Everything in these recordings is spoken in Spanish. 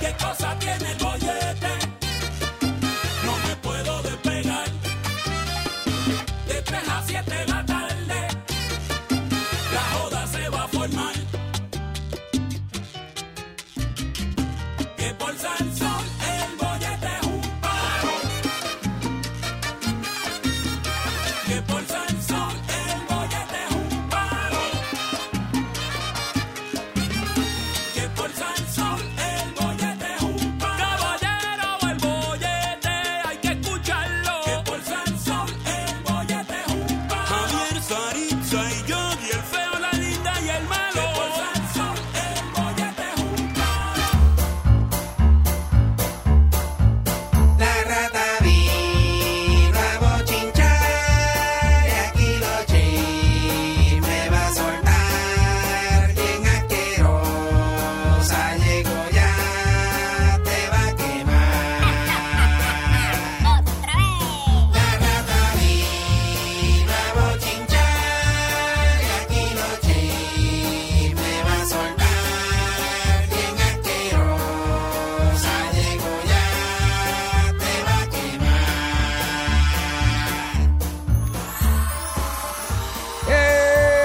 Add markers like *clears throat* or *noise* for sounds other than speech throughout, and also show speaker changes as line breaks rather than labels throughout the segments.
¿Qué cosa tiene el bollete? No me puedo despegar. De 3 a 7 de la tarde, la joda se va a formar. Que por San Sol el bollete es un paro. Que por San Sol el bollete es un paro. Que por San Sol el bollete es un palo. Caballero, el bollete hay que escucharlo. Que por San Sol el bollete es un palo. Javier, Saritza y yo. Y el feo, la linda y el malo. Que por San Sol el bollete es un palo.
La rata vino a bochinchar y aquí los chismes va a soltar. Bien asquerosa llegó ya, te va a quemar. La rata vino a bochinchar y aquí los chismes va a soltar. Bien asquerosa llegó ya, te va a quemar.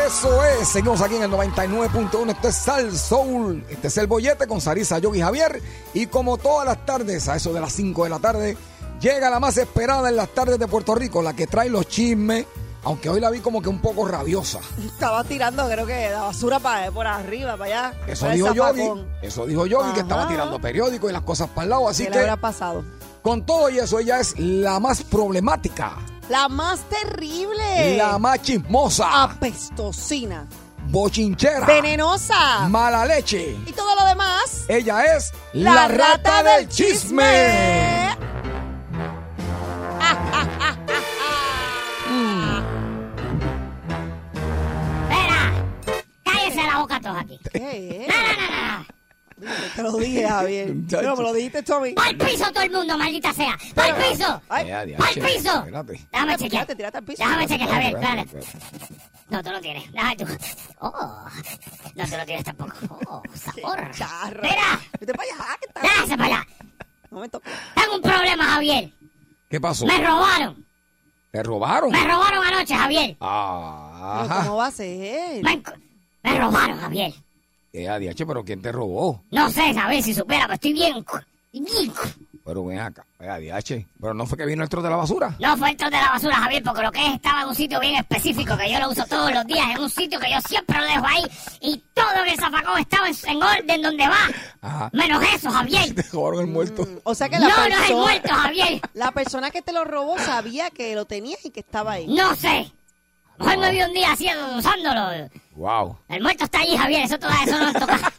Eso es, seguimos aquí en el 99.1. Esto Este es Sal Soul. Este es el bollete con Sarisa, Yogi y Javier. Y como todas las tardes, a eso de las 5 de la tarde, llega la más esperada en las tardes de Puerto Rico, la que trae los chismes. Aunque hoy la vi como que un poco rabiosa.
Estaba tirando, creo que la basura para por arriba, para allá.
Eso
para el
dijo Yogi.
zapacón.
Eso dijo Yogi, que estaba
Ajá.
tirando periódicos y las cosas para el lado. Así
¿Qué le habrá
que,
pasado?
con todo y eso, ella es la más problemática,
La más terrible.
la más chismosa,
apestosina.
bochinchera,
Venenosa.
mala leche.
y todo lo demás.
Ella es la, rata, del chisme.
Espera, cállese la boca todos aquí.
¿Qué es?
*laughs*
Te lo dije, Javier. No, me lo dijiste, Tommy.
¡Pal piso todo el mundo, maldita sea! ¡Pal piso!
Ay,
Ya, ya,
¡Pal
che,
piso!
espérate.
Déjame chequear.
tírate, tírate al piso.
Déjame chequear, Javier, espérate. No, tú lo tienes. Déjame tú. Oh, no, tú lo tienes tampoco.
*laughs*
Oh, sabor.
Charro.
Espera,
Vete para allá, que está.
déjase para allá.
No me toques.
Tengo un problema, Javier.
¿Qué pasó?
Me robaron.
¿Te robaron?
Me robaron anoche, Javier.
Pero,
Ah,
¿Cómo va a ser?
Me, enco- me robaron, Javier.
eh, adiache, pero ¿quién te robó?
No sé, Javier, si supera, pero estoy bien. cu- bien cu-
Pero ven acá, eh, adiache. Pero no fue que vino el tro de la basura.
No fue el tro de la basura, Javier, porque lo que es estaba en un sitio bien específico que yo lo uso todos los días, en un sitio que yo siempre lo dejo ahí y todo en el zafacón estaba en, en orden donde va.
Ajá. *laughs*
Menos eso, Javier.
Te robaron el muerto.
O sea que
No,
la
no es el
persona.
muerto, Javier.
la persona que te lo robó sabía que lo tenías y que estaba ahí.
No sé. Hoy me vi un día haciendo, usándolo.
Wow.
El muerto está allí, Javier, eso todo eso no lo toca. *laughs*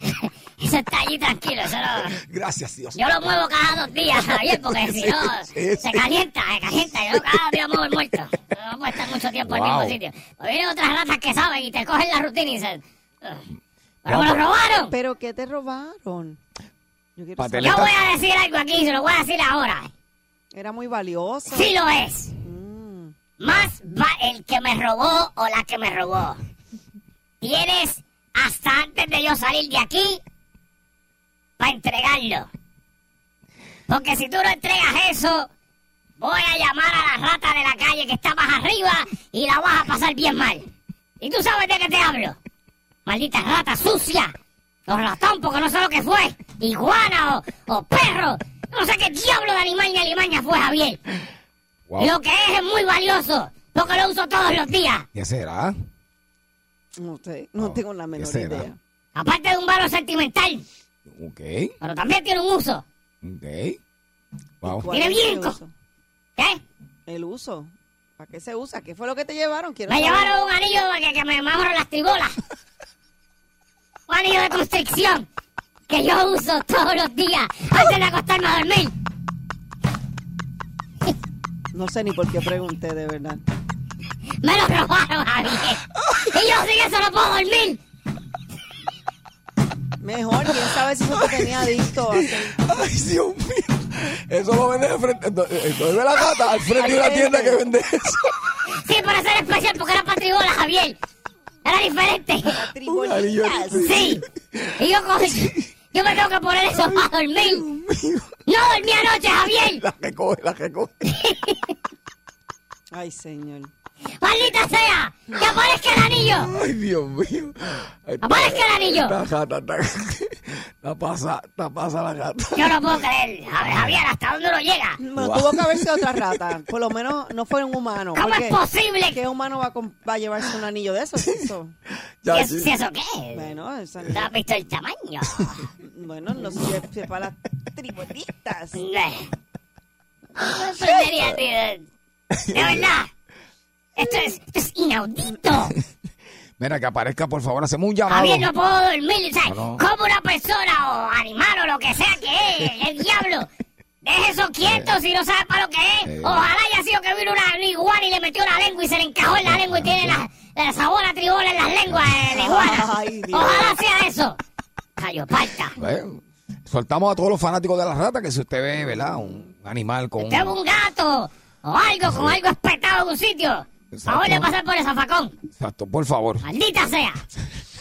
Eso está allí tranquilo, eso no...
Gracias, Dios.
Yo lo muevo cada dos días, Javier, porque si no,
*laughs* sí, sí.
se calienta, se calienta. Yo cada día muevo el muerto. No puedo estar mucho tiempo en el
Wow.
mismo sitio. O vienen otras ratas que saben y te cogen la rutina y dicen, "Ugh, pero me
No,
lo
pero-
robaron.
¿Pero qué te robaron? Yo quiero
Patel-
saber.
Yo voy a decir algo aquí y se lo voy a decir ahora.
Era muy valioso.
Sí lo es.
Mm.
Más va el que me robó o la que me robó. Tienes hasta antes de yo salir de aquí para entregarlo. Porque si tú no entregas eso, voy a llamar a la rata de la calle que está más arriba y la vas a pasar bien mal. Y tú sabes de qué te hablo. Maldita rata sucia. O ratón, porque no sé lo que fue. Iguana o, o perro. No sé qué diablo de animal ni alimaña fue, Javier.
Wow.
Lo que es es muy valioso, porque lo uso todos los días.
¿Qué será?
No sé, no
Oh,
tengo la menor
¿qué será?
idea.
Aparte de un valor sentimental,
Ok.
pero también tiene un uso.
Ok. Wow.
¿Cuál
Tiene
es el
brinco.
uso?
¿Qué?
El uso. ¿Para qué se usa? ¿Qué fue lo que te llevaron? Quiero
Me
saber.
llevaron un anillo que, que me mamaron las tribolas. *laughs* Un anillo de constricción que yo uso todos los días antes de acostarme a dormir.
No sé ni por qué pregunté, de verdad.
Me lo robaron, Javier. Y yo sin eso no puedo dormir.
Mejor, quién sabe si eso te tenía adicto. a hacer-
Ay, Dios mío. Eso lo venden al frente. eh, Entonces ve la gata al frente de una tienda que vende eso.
Sí, para ser especial, porque era patribola, Javier. Era diferente. Sí. Y yo cogí- Yo me tengo que poner eso para dormir. No dormí anoche,
*laughs*
Javier.
La que coge, la que coge.
Ay, señor.
Maldita sea. Que aparezca el anillo.
Ay, Dios mío. Ahí está.
Aparezca el anillo.
La gata, está, la pasa, la pasa la gata.
Yo no puedo creer. A ver, Javier, ¿hasta dónde uno llega?
Bueno,
Wow.
tuvo que haber sido otra rata. Por lo menos no fue un humano.
¿Cómo
porque
es posible?
¿Qué humano va a, com- va a llevarse un anillo de esos? Eso?
¿Y
Ya,
eso,
sí.
si eso qué?
Bueno, esa-
¿No has visto el tamaño?
bueno, no sé, se para las tribolitas.
Eh. No me sorprendería, tío. De verdad. Esto es, esto es inaudito.
Mira, que aparezca, por favor, hacemos un llamado.
Javier, no puedo dormir. ¿sabes?
No, no.
Como una persona o animal o lo que sea que es, el diablo. Deje eso quieto si no sabe para lo que
Eh.
es. Ojalá haya sido que vino una iguana y le metió la lengua y se le encajó en la lengua y tiene la, la sabor a tribola en las lenguas de la iguana.
Ay, Dios.
Ojalá sea eso. Cayo, parta.
Bueno, ¿Eh? soltamos a todos los fanáticos de la rata que si usted ve, ¿verdad? Un animal con.
Tengo un gato o algo con algo espetado en un sitio.
Exacto.
Ahora pasar por el zafacón.
Exacto, por favor.
Maldita sea.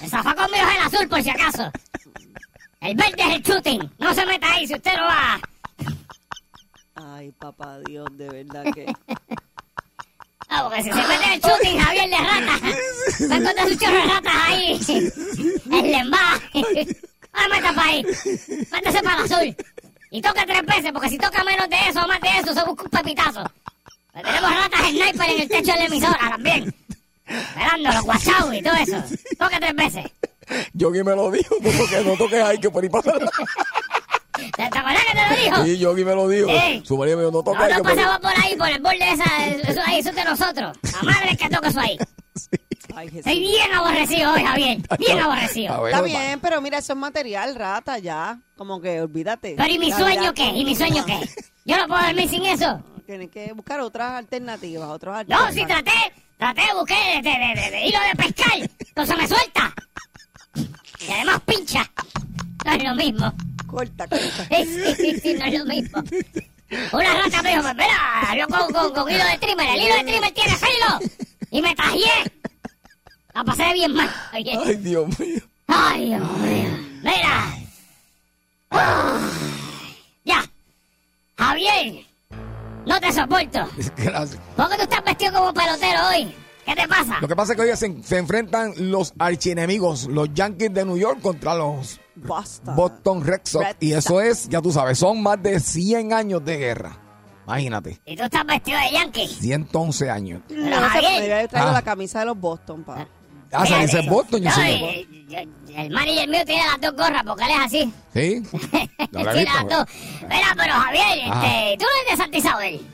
El zafacón mío es el azul, por si acaso. El verde es el shooting. No se meta ahí si usted no va.
Ay, papá Dios, de verdad que.
Ah, porque si se mete en el shooting, Javier de rata. Va a encontrar su chorro de ratas ahí. El lembá. Ah, meta para ahí. Métase para el azul. Y toca tres veces, porque si toca menos de eso o más de eso, se busca un pepitazo. Pero tenemos ratas sniper en el techo de la emisora también. Esperando los guachau y todo eso. Toca tres veces.
Yogi me lo dijo, por lo que no toques ahí, que por ahí pasa la
¿Te acuerdas que te lo dijo?
Sí, Yogi me lo dijo.
Sí.
Su marido me dijo, no toques
No,
ahí,
no
que por ahí-
pasaba por ahí, por el borde de esa, eso ahí, eso es de nosotros. La madre que toca eso ahí.
Ay, Jesús.
Soy bien aborrecido hoy, Javier. Bien
Ah,
aborrecido.
bueno,
Está
pa-
bien, pero mira, eso es material, rata, ya. Como que olvídate.
Pero ¿y mi
La
sueño
verdad,
qué? ¿Y mi sueño qué? Yo no puedo dormir sin eso.
Tienes que buscar otras alternativas, otros
No,
alternativas.
si traté, traté, busqué de, de, de- de- de hilo de pescar. Cosa me suelta. Y además pincha. No es lo mismo. *laughs*
Corta, corta.
Sí, sí, sí, no es lo mismo. Una rata me dijo, "Pues mira, yo con, con, con hilo de trimmer, el hilo de trimmer tiene filo. Y me tajié. La pasé bien mal. Oye.
Ay, Dios mío. *laughs*
Ay, Dios mío. Mira. Ah, Ya. Javier, no te soporto.
Gracias.
¿Por qué tú estás vestido como pelotero hoy? ¿Qué te pasa?
Lo que pasa es que hoy se, se enfrentan los archienemigos, los Yankees de New York contra los
Basta.
Boston Red Sox.
Red
y eso es, ya tú sabes, son más de 100 años de guerra. Imagínate,
Y tú estás vestido de yankee.
111 años.
No,
Pero,
esa-
Javier.
me había traído
Ah.
la camisa de los Boston, pa.
Ah, se dice Boston, yo
No,
sí.
y- y- El manager mío tiene las dos gorras porque él es así.
Sí. No la he
*laughs* Tiene
visto,
las dos. Mira, pero Javier, este, tú no eres de Santa Isabel.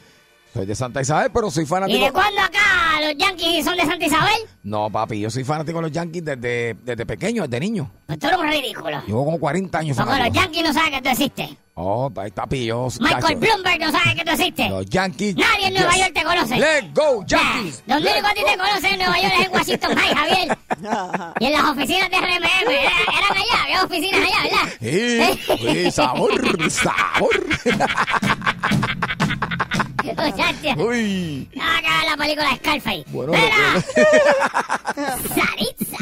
Soy de Santa Isabel, pero soy
¿Y de
fanático.
cuándo acá los yankees son de Santa Isabel?
No, papi, yo soy fanático de los Yankees desde, desde pequeño, desde niño.
Pues tú eres un ridículo.
Llevo como 40 años
Porque los
fanático.
yankees no saben que tú existes.
Oh, pa- papi, yo...
Michael
chacho,
Bloomberg no sabe que tú existes.
Los Yankees...
Nadie en Nueva
yes.
York te conoce.
Let's go,
Nah,
Yankees.
Donde único a ti te conoce en Nueva York es en Washington High, Javier. Y en las oficinas de RMM. Era- Eran allá, había oficinas allá, ¿verdad? *laughs*
Sí, sí, sabor, sabor.
Muchachos,
Uy.
acá la película Scarface.
Bueno,
Mira, *laughs* Saritza,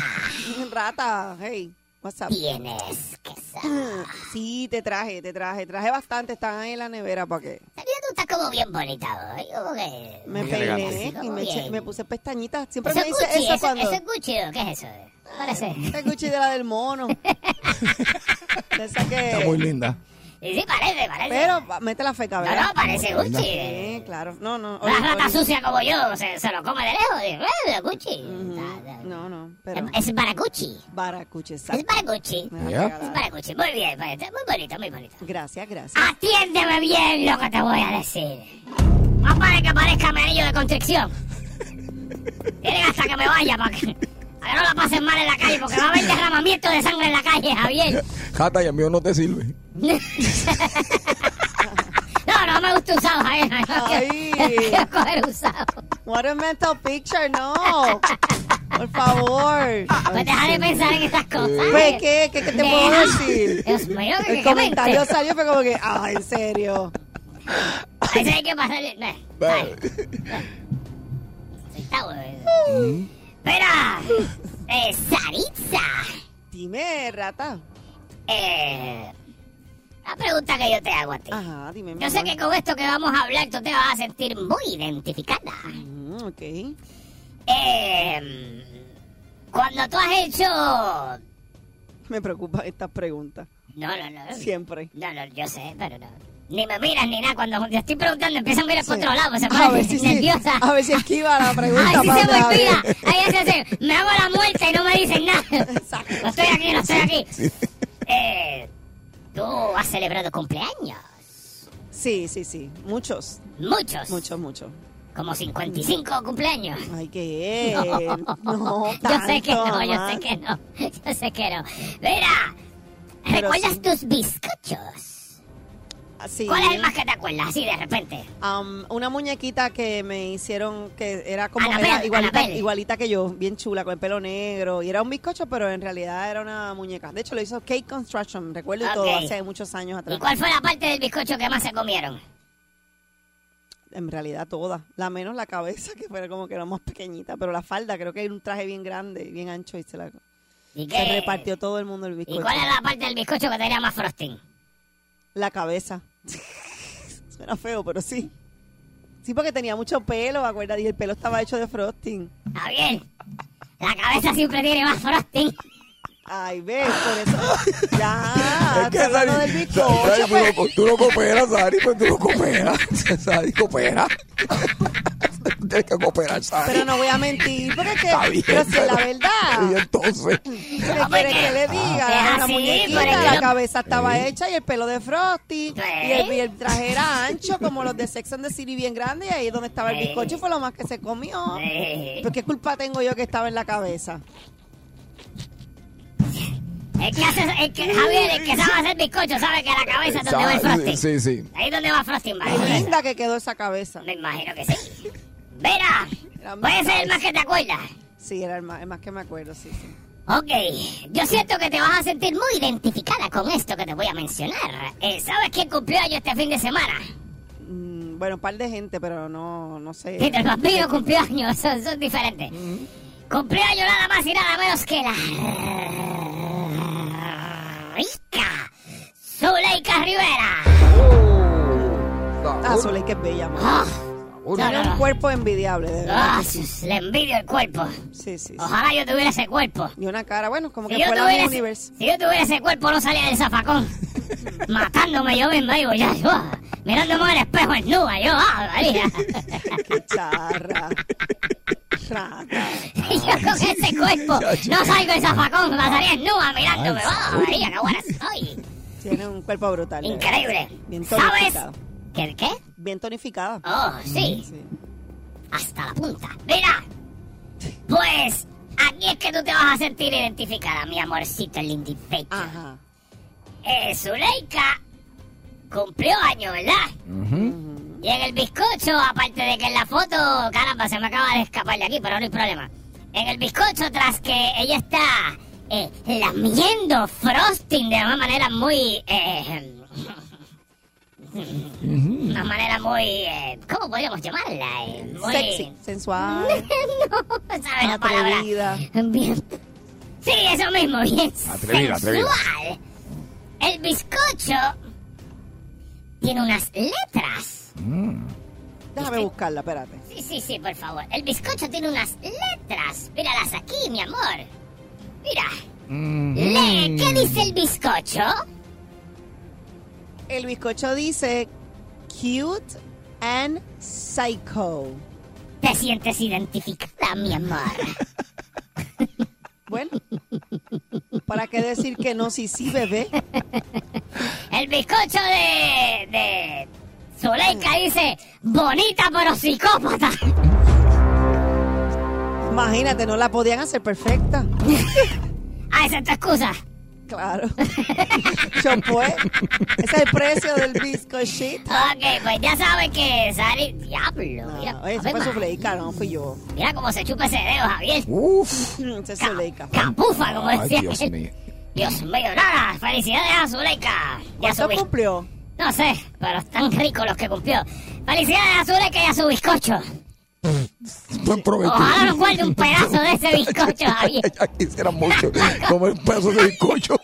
Rata, hey. What's up?
tienes que saber.
Sí, te traje, te traje, traje bastante, están ahí en la nevera para que
Tú estás como bien bonita hoy, como que...
me
Muy
peiné
elegante.
y me, eché-
Bien.
me puse pestañitas. Siempre
Eso
me
es
dice
Gucci,
eso,
eso,
cuando
eso es Gucci, ¿o ¿qué es eso? Parece.
te escuché de la del
*laughs*
mono. De esa
Está muy
que,
linda.
Y sí, parece, parece.
pero pa- mete la feca,
No,
¿verdad?
no, parece Gucci.
Sí, claro. No, no.
Una
oye,
rata
oye.
sucia como yo se, se lo come de lejos. de- eh, de Gucci. Da- da-
No, no, pero Ah,
Es para Gucci.
baracuche,
Es
exacto.
para Gucci.
Me la
Ya.
Es
regalaron.
para Gucci. Muy bien, pues, está muy bonito, muy bonito.
Gracias, gracias.
Atiéndeme bien lo que te voy a decir. Más vale que parezca mi anillo
*laughs*
de constricción. Tienen hasta que me vaya para que, para que no la pasen mal en la calle, porque va a haber derramamiento de sangre en la calle, Javier.
Jata, y el mío no te sirve.
No, no me gusta usado, Javier. No,
Ay.
quiero, no quiero coger usado.
What a mental picture, no. Por favor.
Pues deja de pensar en esas cosas.
Pues, ¿qué? ¿Qué- qué te puedo
Deja.
decir?
Dios mío, que
El
qué mente.
comentario salió, fue como que, ah, en serio.
A veces hay que pasar. No,
Vale.
está bueno. Mira, eh, Saritza.
Dime, rata.
Eh, la pregunta que yo te hago a ti.
Ajá, dime. mi
Yo sé
amor.
que con esto que vamos a hablar tú te vas a sentir muy identificada.
Mm, ok.
Eh, cuando tú has hecho...
Me preocupan estas preguntas.
No, no, no.
Siempre.
No, no, yo sé, pero no. Ni me miras ni nada. Cuando te estoy preguntando, empieza a mirar por
Sí.
otro lado. Se
A
pone
ver si, sí.
nerviosa.
a ver si esquiva la pregunta.
Ay, sí se me
para otra
olvida.
vez.
Ahí se hace, me hago la muerte y no me dicen nada. No estoy aquí, no estoy aquí. Eh, tú has celebrado cumpleaños.
Sí, sí, sí. Muchos.
Muchos.
Muchos, muchos.
Como 55 cumpleaños.
Ay, qué él. Eh, No,
*laughs* yo sé que
tanto,
no, yo
mamá.
sé que no. *laughs* Yo sé que no. Mira,
Pero
¿recuerdas
sí.
tus bizcochos?
Así.
¿Cuál es el más que te acuerdas? Así de repente.
Am, um, una muñequita que me hicieron que era como
Anabel,
era igualita,
Anabel.
igualita que yo, bien chula, con el pelo negro. Y era un bizcocho, pero en realidad era una muñeca. De hecho, lo hizo Cake Construction, recuerdo y todo,
Ok.
hace muchos años
¿Y
atrás.
cuál fue la parte del bizcocho que más se comieron?
En realidad, toda. La menos la cabeza, *laughs* que fue como que era más pequeñita. Pero la falda, creo que hay un traje bien grande, bien ancho, y se, la,
¿Y
se
qué?
repartió todo el mundo el
Eh. ¿Y
bizcocho.
cuál era la parte del bizcocho que tenía más frosting?
La cabeza. *laughs* Suena feo, pero sí. Sí, porque tenía mucho pelo, acuérdate, y el pelo estaba hecho de frosting.
Javier, la cabeza siempre tiene más frosting.
Ay, ves, por
*laughs*
eso. Ya,
Es que
está hablando
Sari, Sari,
del bizcocho,
tú, no,
pues.
co- tú no cooperas, Sari, pues tú no cooperas. Sari coopera. *laughs* Tienes que cooperar, Sari.
Pero no voy a mentir, porque es que,
Está bien,
pero si es
*laughs*
la
Y
verdad,
entonces,
¿qué
No,
quiere
porque-
que le diga?
Es
Era
así,
una
porque
muñequita,
yo
la
no-
cabeza estaba hecha y el pelo de Frosty, y el,
¿Eh?
y el traje era ancho, como los de Sex and the City, bien grande, y ahí es donde estaba el
¿Eh?
bizcocho, fue lo más que se comió.
Eh,
¿Pero qué culpa tengo yo que estaba en la cabeza?
El que hace, el que, Javier, el que sabe hacer bizcocho sabe que la cabeza es donde va el
Sari,
frosting.
sí, sí.
Ahí es donde va frosting, va.
Qué linda que quedó esa cabeza.
Me imagino que sí. Mira,
Era más
puede ser el más que te acuerdas.
Sí, era el más, el más que me acuerdo, sí, sí.
Ok, yo siento que te vas a sentir muy identificada con esto que te voy a mencionar. Eh, ¿Sabes quién cumplió año este fin de semana?
Mm, bueno, un par de gente, pero no, no sé.
Peter el vampiro cumplió año, *laughs* son, son diferentes. Cumplió año nada más y nada menos que la rica Zuleika Rivera.
Ah, Soleil, que es bella, amor.
Ah, no,
Tiene
no,
un
no.
cuerpo envidiable, de verdad.
Ah, sus- le envidio el cuerpo.
Sí, sí, sí.
Ojalá yo tuviera ese cuerpo.
Y una cara, bueno, como
Si
que
yo,
fue la
tuviera
Miss
ese,
Universe.
si yo tuviera ese cuerpo no salía
*laughs*
del zafacón. Matándome yo misma, digo, ya, yo, ah, mirándome al espejo en nuba, yo, ah, María.
*laughs* Qué charra. Rata.
*laughs* Y yo con ese cuerpo no salgo del zafacón, pasaría en nuba mirándome, ah, María, qué buena soy.
*laughs* Tiene un cuerpo brutal. de verdad.
Increíble.
Bien
¿Sabes?
tonificado. Mm.
¿Qué, qué?
Bien tonificada.
Oh, sí,
Sí.
hasta la punta. Mira, pues aquí es que tú te vas a sentir identificada, mi amorcito Lindy Pecho.
Ajá.
Eh, Zuleika cumplió año, ¿verdad? Y en el bizcocho, aparte de que en la foto, caramba, se me acaba de escapar de aquí, pero no hay problema. En el bizcocho, tras que ella está eh, lamiendo frosting de una manera muy... eh, *laughs* una manera muy... eh, ¿Cómo podríamos llamarla? Eh, muy...
Sexy, sensual,
*laughs* no, ¿sabes la palabra?
atrevida.
Bien. Sí, eso mismo, bien.
Atrevida, atrevida.
sensual. El bizcocho tiene unas letras.
Déjame buscarla, espérate.
Sí, sí, sí, por favor. El bizcocho tiene unas letras. Míralas aquí, mi amor. Mira.
Mm.
Lee, ¿qué dice el bizcocho?
El bizcocho dice cute and psycho.
Te sientes identificada, mi amor.
Bueno, ¿para qué decir que no si sí, bebé?
El bizcocho de. de. Zuleika dice: bonita pero psicópata.
Imagínate, no la podían hacer perfecta. *laughs*
Ah, esa es tu excusa.
Claro. Yo pues. Ese es el precio del bizcochito.
Ok, pues ya saben que Sari. Diablo, mira.
No, eso fue
Ave
su
María.
Zuleika, no fui yo.
Mira cómo se chupa ese dedo, Javier.
uff.
Ese es
Ca-
Zuleika.
Capufa, como
Ay,
decía.
Dios
él.
mío.
Dios mío, nada. Felicidades a Zuleika. Ya
¿Cuánto
subí.
cumplió?
No sé, pero están ricos los que cumplió. Felicidades a Zuleika y a su bizcocho.
Buen provecho.
Ojalá nos guarde un pedazo
*laughs*
de ese bizcocho, Javier.
Ya quisiera mucho comer un pedazo de bizcocho.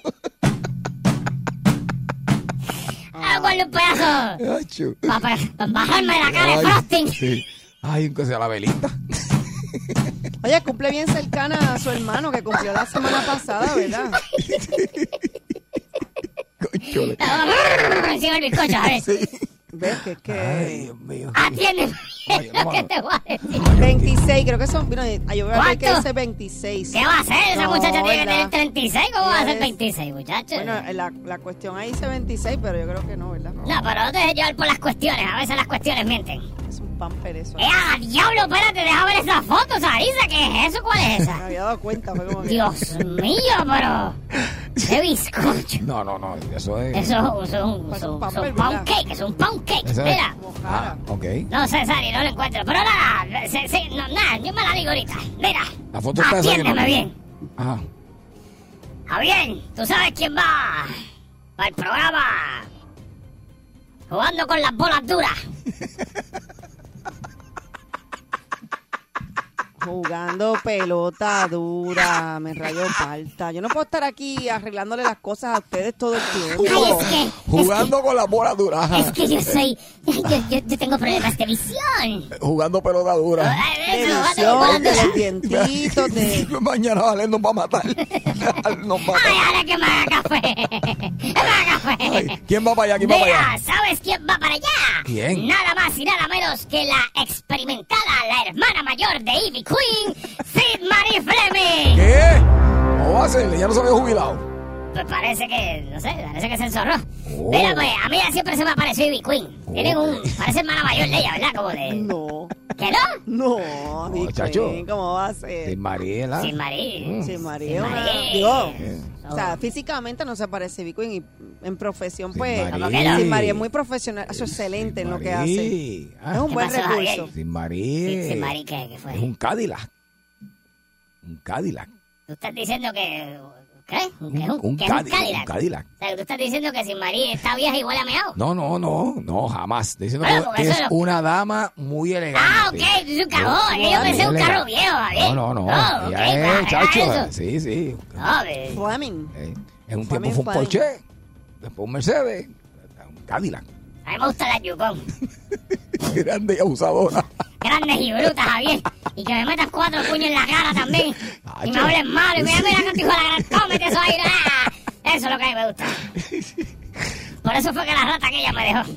Ojalá nos guarde un pedazo
Acho.
para bajarme la cara de
Ay,
frosting. *laughs*
sí. Ay, un cosa la velita.
Oye, cumple bien cercana a su hermano que cumplió la semana pasada, ¿verdad?
Conchole.
Ah, Encima el bizcocho, Javier.
Sí.
¿Ves que es
Ay,
que
Dios mío.
Atiéndeme
Oye,
lo *laughs* que
vamos.
te voy a decir.
26, creo que son, bueno, yo veo aquí que
¿Cuánto?
dice 26.
¿Qué va a hacer? Esa
No,
muchacha tiene que
¿verdad?
tener 36. ¿Cómo va a ser
Yes.
26, muchacho?
Bueno, la, la cuestión ahí dice 26, pero yo creo que no, ¿verdad?
No, pero no te dejes llevar por las cuestiones. A veces las cuestiones mienten.
Es un pamper eso.
¡Eh, a diablo! Espérate, deja ver esa foto, Sarisa. ¿Qué es eso? ¿Cuál es
Me *laughs*
esa?
había dado cuenta, fue como que...
Dios mío, pero. ¡Qué bizcocho!
No, no, no. Eso es.
Eso es un, es un- es un
Pues un papel,
pound
¿verdad?
cake, es un pound cake.
Eso es.
Mira.
Mojara.
Ah, ok.
No sé, Sari, no lo encuentro. Pero nada, se- se- no, nada, yo me la digo ahorita. Mira.
La foto está
Atiéndeme
desayunando.
bien.
Ajá.
Javier, Ah, ¿tú sabes quién va para el programa? Jugando con las bolas duras.
Jugando pelota dura, me rayo falta. Yo no puedo estar aquí arreglándole las cosas a ustedes todo el tiempo.
Ay, es que-
Jugando con la bola dura. ajá.
Es que yo soy. Yo, yo- yo tengo problemas de visión.
Jugando pelota dura.
Ay,
Ah, De
eso, jugando con
visión, de
bolas
los
duras.
*laughs*
dientitos, de...
Mañana Valen nos va a matar. *laughs* Nos
Ay,
mata.
ahora que me haga café. *laughs* Que me haga café.
Ay, ¿Quién va para allá? ¿Quién va para allá?
Mira, ¿sabes quién va para allá?
¿Quién?
Nada más y nada menos que la experimentada, la hermana mayor de Ivy Queen, Sid Marie Fleming.
¿Qué? ¿Cómo va a ser? Ya no se había jubilado.
Pues parece que, no sé, parece que se enzorró.
Oh.
Mira, pues a mí ella siempre se me apareció Ivy Queen. Tienen un, parece hermana mayor de ella, ¿verdad? Como de...
No,
¿Que no?
no, mi
chacho.
queen, ¿cómo va a ser?
Mariela.
Sin
Mm.
Marie.
Sí, María, una-
María.
digo,
No.
o sea, físicamente no se parece Vico y en profesión, pues,
María.
Sin María. es muy profesional, eso es excelente en lo que hace.
Sí.
Es
Ah,
un
¿Qué
buen
pasó,
recurso.
Javier?
Sin María.
Sin, sin Marie, ¿qué, qué fue?
Es un Cadillac. Un Cadillac.
Tú estás diciendo que... ¿Qué? Que es un, que es un
Un Cadillac. Un
Cadillac.
Cadillac.
O sea, que tú estás diciendo que sin Marie está vieja igual a meao.
No, no, no, no, jamás. Estoy diciendo
Bueno,
que-
Ah, porque
que
eso
es
no-
una dama muy elegante.
Ah, ok, tú eres un cajón.
Muy
Yo pensé un
elegante.
carro viejo, Javier.
No, no, no.
Oh, ok,
Ella
para
es,
arreglar
chacho.
eso.
Sí, sí.
No, eh,
Fleming.
Eh, en un tiempo
Fue mi
fue un
padre.
Porsche, después un Mercedes, un Cadillac. *laughs*
a mí me gusta la Yukon.
Grande y abusadora.
Grandes y brutas, Javier. Y que me metas cuatro puños en la cara también. Y me
Chacho.
hables mal. Y me mira contigo a la gran. Cómete eso ahí. ah, Eso es lo que a mí me gusta. Por eso fue que la rata aquella me dejó.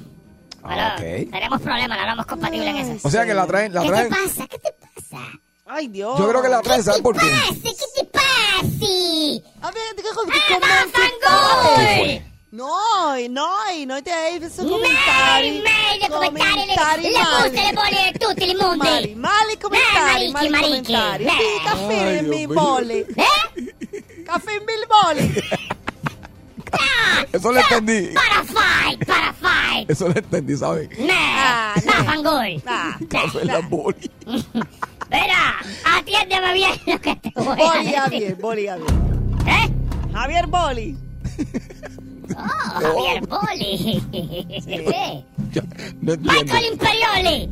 Pero
Ah, ok.
tenemos problemas, no éramos compatibles en eso.
O sea que la traen, la
¿Qué te
traen.
pasa? ¿Qué te pasa?
Ay, Dios.
Yo creo que la traen, ¿sabes por qué?
¿Qué te pasa?
A ver, ¿qué
¿Qué
comen?
pasa,
¿Qué
Angol?
fue?
No, y no, y no te hay ese comentario.
Mari, Mari, de comentari, le, le
mal.
gusta, le pone tutti i
Mali,
mondi.
mali
Mari,
comentari, mali
Mari,
comentari.
Mari.
Sí,
Ay,
caffè in
Dios
mil
mío.
boli.
Eh?
Caffè in mil boli.
*laughs* Ah,
Eso lo entendí.
para fai, para fai.
Eso lo entendí, ¿sabes?
Ah,
Me,
no.
Zafangol.
Ah,
Café en la boli.
Verá, atiéndeme bien lo que te voy a
Boli
decir.
Javier, boli Javier.
¿Eh?
Javier Boli.
Oh, Javier Boli. Sí.
Ya, No entiendo.
Michael Imperioli.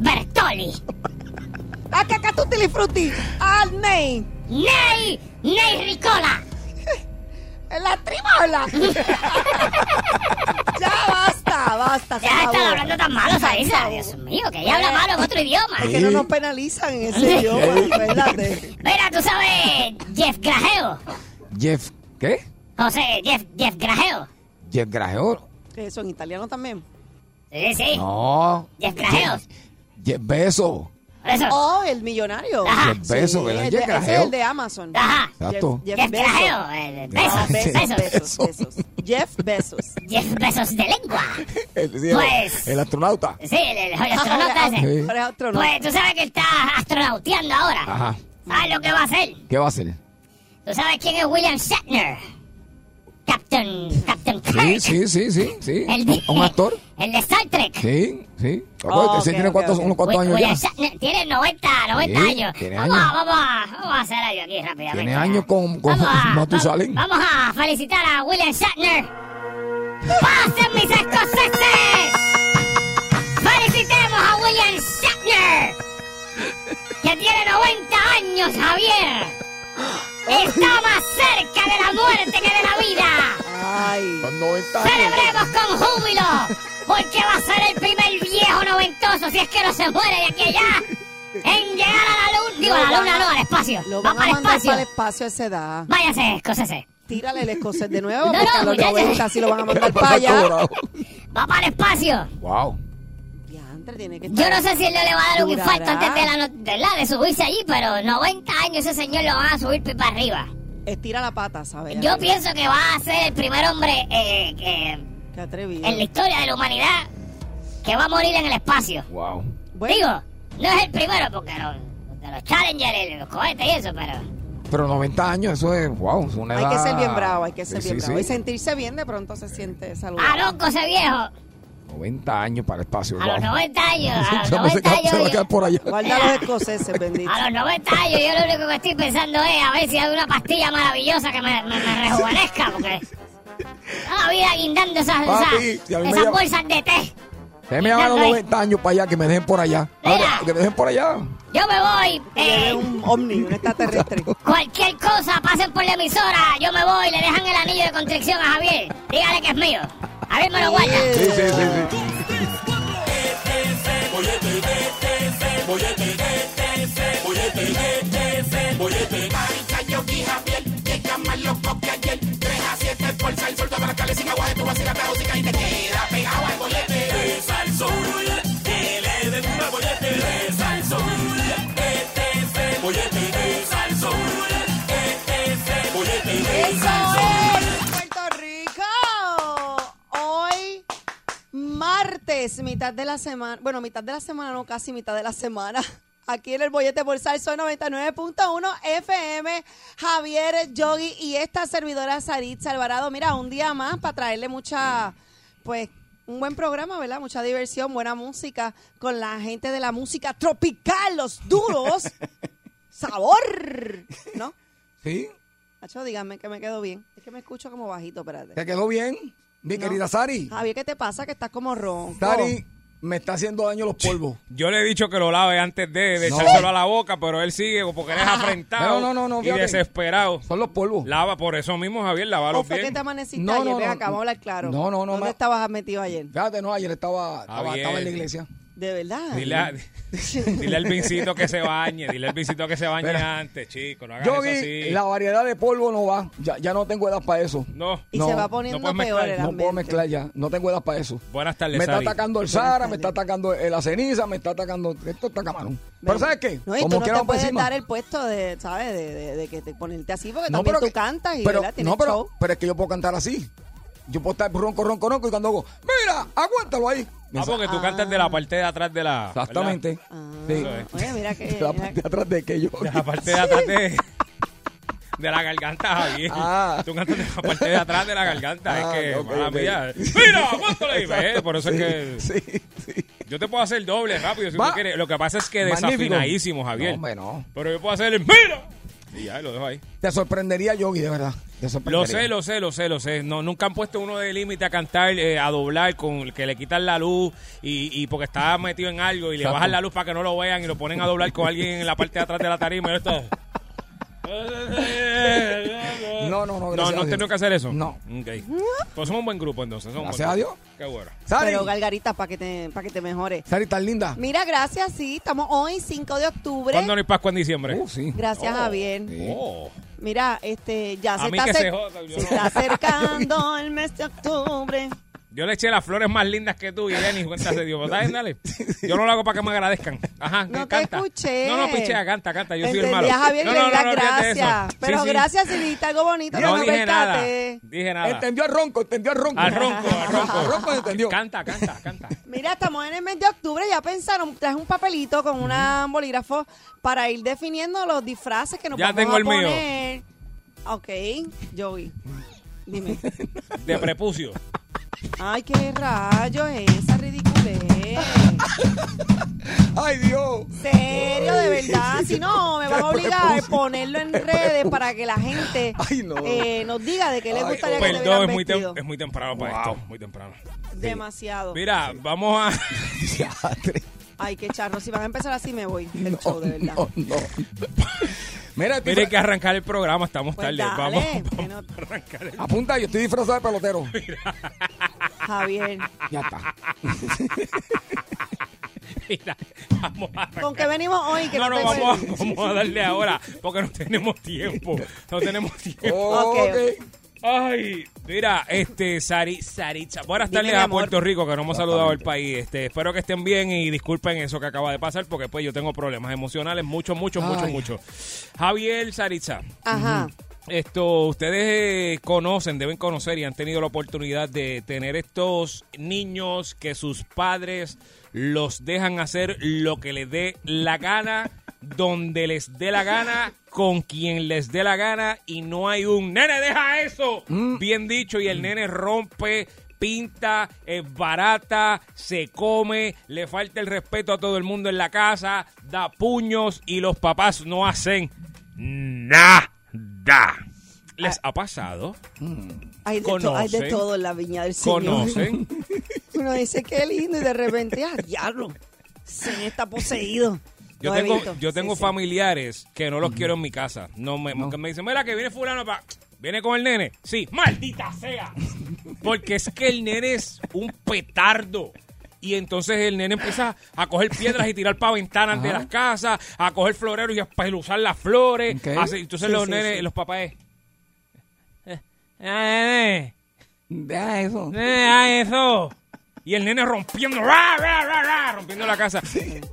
Bertoli.
A cacca tutti li frutti. Al nei.
Ney, Ney Ricola.
La tribola. *laughs* ya basta, basta. se
Ya están
acabó.
hablando tan malo, Sarisa. Dios mío, que ella habla malo en otro idioma.
Es que no nos penalizan en
*laughs*
ese idioma, ¿verdad?
Mira, tú sabes, Jeff Grajeo.
Jeff, ¿qué?
José, Jeff, Jeff Grajeo.
Jeff Grajeo.
Eso en italiano también.
Sí, sí.
No.
Jeff Grajeo.
Jeff Beso.
Por eso.
Oh, el millonario.
Ajá.
Jeff Beso, ¿verdad?
el de-
Jeff
ese Ah, es
Grajeo.
el de Amazon.
Ajá.
Exacto.
Jeff-
Jeff
Bezos.
Grajeo. eh,
Ah,
Ah, Besos,
Bezos,
Jeff
besos.
Bezos, Bezos. Jeff Bezos.
Jeff Besos de lengua.
El, sí, el-
Pues-
el astronauta.
Sí, el, el, el astronauta ese.
*laughs* Sí.
Ahora es otro, ¿no?
Pues tú sabes que él está astronauteando ahora.
Ajá.
¿Sabes lo que va a hacer?
¿Qué va a hacer?
¿Tú sabes quién es William Shatner? Captain, Captain
Sí,
Kirk.
sí, sí, sí, sí.
El de-
¿Un actor?
*laughs* El de Star Trek.
Sí, sí.
Oh,
Ese
ok,
tiene
ok,
cuántos,
ok.
unos cuantos
Wi-
años
William
ya.
Shatner tiene 90, 90
Sí,
años.
tiene
vamos,
años.
A, vamos, a, vamos a hacer algo aquí rápidamente.
Tiene años con- con
Vamos a-
Matusalén.
Vamos a felicitar a William Shatner ¡Pasen mis escoceses! ¡Felicitemos a William Shatner! Que tiene 90 años, Javier. Está más cerca de la muerte que de la vida.
Ay,
Con 90 años.
¡Celebremos con júbilo! Porque va a ser el primer viejo noventoso, si es que no se muere de aquí a allá, en llegar a la luna. Digo, a la luna no, al espacio.
lo
Va
van
para
a
el
mandar
espacio.
para el espacio a esa edad.
Váyase, escocese.
Tírale el escocés de nuevo,
No,
porque
no,
a los
muchachos.
90 sí lo van a mandar
Pero
para allá.
cobrado.
Va para el espacio.
Wow.
Diantre, tiene que
Yo
estar-
no sé si él no le va a dar un
Durará.
infarto antes de, la no- de la- de subirse allí, pero 90 años ese señor lo van a subir pipa arriba.
Estira la pata, ¿sabes?
Yo pienso que va a ser el primer hombre eh, eh,
Qué atrevido.
en la historia de la humanidad que va a morir en el espacio.
Wow.
Bueno,
Digo, no es el primero porque los, de los Challenger, los cohetes y eso, pero...
Pero 90 años, eso es, wow, es una
hay
edad.
que ser bien bravo, hay que ser
Ah, Sí,
bien
sí,
bravo. Y
sí.
sentirse bien de pronto se siente
A
saludable.
ah, loco ese viejo,
90 años para el espacio.
a los
*laughs* wow.
90 años, a los
Chamo, se,
90
queda- se va a
años...
quedar por allá.
Guarda los escoceses, bendito.
A los 90 años yo lo único que estoy pensando es a ver si hay una pastilla maravillosa que me, me- me rejuvenezca, porque toda la vida guindando esas,
Papi,
esas-
si a mí me
esas
llama-
bolsas de té.
Déjeme a los 90 años para allá, que me dejen por allá.
Mira.
Ahora, que me dejen por allá.
Yo me voy,
Eres
eh,
un ovni, un extraterrestre.
cualquier cosa, pasen por la emisora, yo me voy, le dejan el anillo de constricción a Javier, dígale que es mío, Javier me lo guarda.
Sí, sí, sí, sí.
¡Eso es! ¡Puerto Rico! Hoy, martes, mitad de la semana. Bueno, mitad de la semana, no, casi mitad de la semana. Aquí en el Bollete por Salso 99.1 FM, Javier Yogi y esta servidora Saritza Alvarado. Mira, un día más para traerle mucha, pues, un buen programa, ¿verdad? Mucha diversión, buena música con la gente de la música tropical, los *laughs* duros. ¡Sabor! ¿No?
Sí,
Nacho, dígame que me quedo bien. Es que me escucho como bajito, espérate.
te quedó bien, mi
No.
querida Sari.
Javier, ¿qué te pasa? Que estás como ronco.
Sari, me está haciendo daño los polvos.
Yo le he dicho que lo lave antes de, de
No. Ah.
echárselo a la boca, pero él sigue porque él es afrentado
No, no, no, no,
y
fíjate.
desesperado.
Son los polvos.
Lava, por eso mismo, Javier,
¿O
lavaros
fue que
bien.
te amaneciste
No,
ayer?
no,
Ven
no.
acá, vamos a hablar claro.
No, no, no,
¿Dónde
ma-
estabas metido ayer?
Fíjate, no, ayer estaba, estaba,
Javier.
estaba en la iglesia.
¿De verdad?
Dile,
*laughs*
a- dile al vincito que se bañe, dile al vincito que se bañe
Espera.
antes, chico, no hagas
Yo
eso así.
la variedad de polvo no va. Ya, ya no tengo edad para eso.
No,
y
No,
se va poniendo
no puedes
peor
mezclar, no
el
No puedo
ambiente.
mezclar ya. No tengo edad para eso.
buenas tardes,
Me está
Sari.
atacando el Sara, me está atacando eh, la ceniza, me está atacando. Esto está camarón. Pero ¿sabes qué?
No, y tú no
quiera
te
vamos pa'
puedes
encima.
dar el puesto de, ¿sabes? De, de- de que te ponerte así, porque también tú
que-
cantas y
pero-
¿verdad? tienes
no, pero,
show.
pero es que yo puedo cantar así. Yo puedo estar ronco, ronco, ronco y cuando hago, mira, aguántalo ahí.
Ah, porque tú cantas de la parte de atrás de la... ¿verdad?
Exactamente.
Ah,
Sí.
Oye, mira que...
De *laughs* la parte de atrás de que yo.
De la parte de atrás de... De la garganta, Javier.
Ah.
Tú cantas de la parte de atrás de la garganta.
Ah,
es que,
ok,
mala
ok.
mía. Mira, aguántale
*laughs*
ahí. ¿ves? Por eso es que...
Sí, sí.
Yo te puedo hacer doble rápido si
Va.
tú quieres. Lo que pasa es que
Magnífico.
desafinadísimo,
No,
Javier.
hombre, no.
Pero yo puedo hacer el ¡Mira! Y ya lo dejo ahí.
Te sorprendería, Yogi, de verdad. Te
Lo
sorprendería.
sé, lo sé, lo sé, lo sé. No, nunca han puesto uno de límite a cantar, eh, a doblar, con que le quitan la luz y, y porque está metido en algo y le
Exacto.
bajan la luz para que no lo vean y lo ponen a doblar con alguien en la parte de atrás de la tarima. y
*laughs*
esto.
No, no, no,
No,
gracias
no
a
has
Dios.
tenido que hacer eso.
No.
Ok. Pues somos un buen grupo entonces. somos un
Gracias
buen
a
grupo. Qué bueno.
Sari,
Pero gargaritas para que te, para que te mejore.
Sari, tan linda.
Mira, gracias, sí. Estamos hoy, 5 de octubre.
¿Cuándo no hay Pascua en diciembre?
Uh, sí.
Gracias,
Oh.
Javier.
Oh.
Mira, este, ya
A
se
mí
está,
que se
acer-
joda, yo
se
no.
está acercando el mes de octubre.
Yo le eché las flores más lindas que tú y ella ni cuenta se dio. Pero está bien, dale. Yo no lo hago para que me agradezcan. Ajá,
No te
canta.
escuché.
No, no, pichea, canta, canta. Yo soy el
Entendí
malo.
a Javier,
no,
le
no,
di las
olvídate de eso.
gracias.
Sí,
Pero
sí.
gracias si dijiste algo bonito.
No
me
dije nada.
percaté.
Dije nada.
Entendió al ronco, entendió al ronco.
Al ronco, al ronco.
Al ronco entendió.
Canta, canta, canta.
Mira, estamos en el mes de octubre, ya pensaron, traje un papelito con una- un bolígrafo para ir definiendo los disfraces que nos
Ya
vamos
tengo
a
el mío.
poner. Ok, Joey, dime.
De
*laughs*
prepucio.
Ay, qué rayos es esa ridiculez.
Ay, Dios.
serio,
*laughs*
de verdad. Si no, me van a obligar a ponerlo en redes para que
*laughs*
la gente
Ay, no.
eh, nos diga de qué le
Ay,
gustaría que le
oh, Perdón,
vieran
es muy, tem-
vestido.
es muy temprano para
Wow.
esto. Muy temprano.
Demasiado.
Mira, vamos a.
*laughs*
Diatre.
Ay, qué charro. Si van a empezar así, me voy
*laughs*
del
No,
show, de verdad.
no, no. Mira, estoy-
Mire que arrancar el programa, estamos
Pues
tarde.
dale,
vamos, *laughs*
que
vamos
no-
a arrancar el
apunta, yo estoy disfrazado de pelotero.
Javier.
*laughs*
Ya está.
Mira, vamos a arrancar.
¿Con qué venimos hoy? Que
no, no,
tengo el-
vamos, a- vamos a darle ahora, porque no tenemos tiempo. No
*laughs*
tenemos tiempo.
Ok.
ok.
Ay, mira, este, Sari, Saricha. Buenas
Dime,
tardes
mi
a
amor.
Puerto Rico, que no hemos saludado al país. Este, espero que estén bien y disculpen eso que acaba de pasar, porque pues yo tengo problemas emocionales, muchos, muchos, muchos,
Ay.
muchos. Javier Saritza.
Ajá.
Esto, ustedes eh, conocen, deben conocer y han tenido la oportunidad de tener estos niños que sus padres los dejan hacer lo que les dé la gana, donde les dé la gana, con quien les dé la gana y no hay un nene, deja eso. Bien dicho y el nene rompe pinta, es barata, se come, le falta el respeto a todo el mundo en la casa, da puños y los papás no hacen nada. ¿Les ha pasado?
Hay de, to- hay
Conocen.
de todo en la viña del Señor.
¿Conocen?
Uno dice qué lindo y de repente, ah, diablo, se está poseído.
Yo
Lo he
tengo,
visto.
yo
Sí,
tengo
sí.
familiares que no los quiero en mi casa. No me, que me dicen, mira que viene fulano pa- ¿Viene con el nene? Sí, maldita sea. Porque es que el nene es un petardo. Y entonces el nene empieza a coger piedras y tirar para ventanas de las casas, a coger floreros y a espeluzar las flores.
Ok.
Así, entonces
Sí,
los
sí,
nenes,
sí.
los papás es, "Eh, eh,
Deja eso.
Nene, haz eh, eso. Y el nene rompiendo, ra, ra, ra, ra, rompiendo la casa. Nene, haz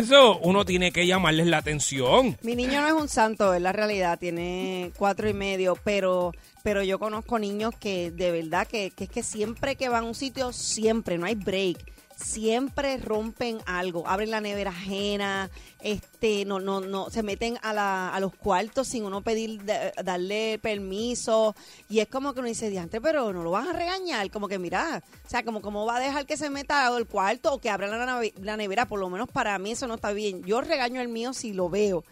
Eh, eso. Uno tiene que llamarles la atención.
*laughs* Mi niño no es un santo, es la realidad, tiene cuatro y medio, pero, pero yo conozco niños que de verdad que, que es que siempre que van a un sitio, siempre, no hay break, siempre rompen algo, abren la nevera ajena, este, no, no, no, se meten a, la, a los cuartos sin uno pedir, da- darle permiso, y es como que uno dice, diante, pero no lo vas a regañar, como que mira, o sea, como cómo va a dejar que se meta al cuarto o que abra la, nave- la nevera, por lo menos para mí eso no está bien, yo regaño el mío si lo veo.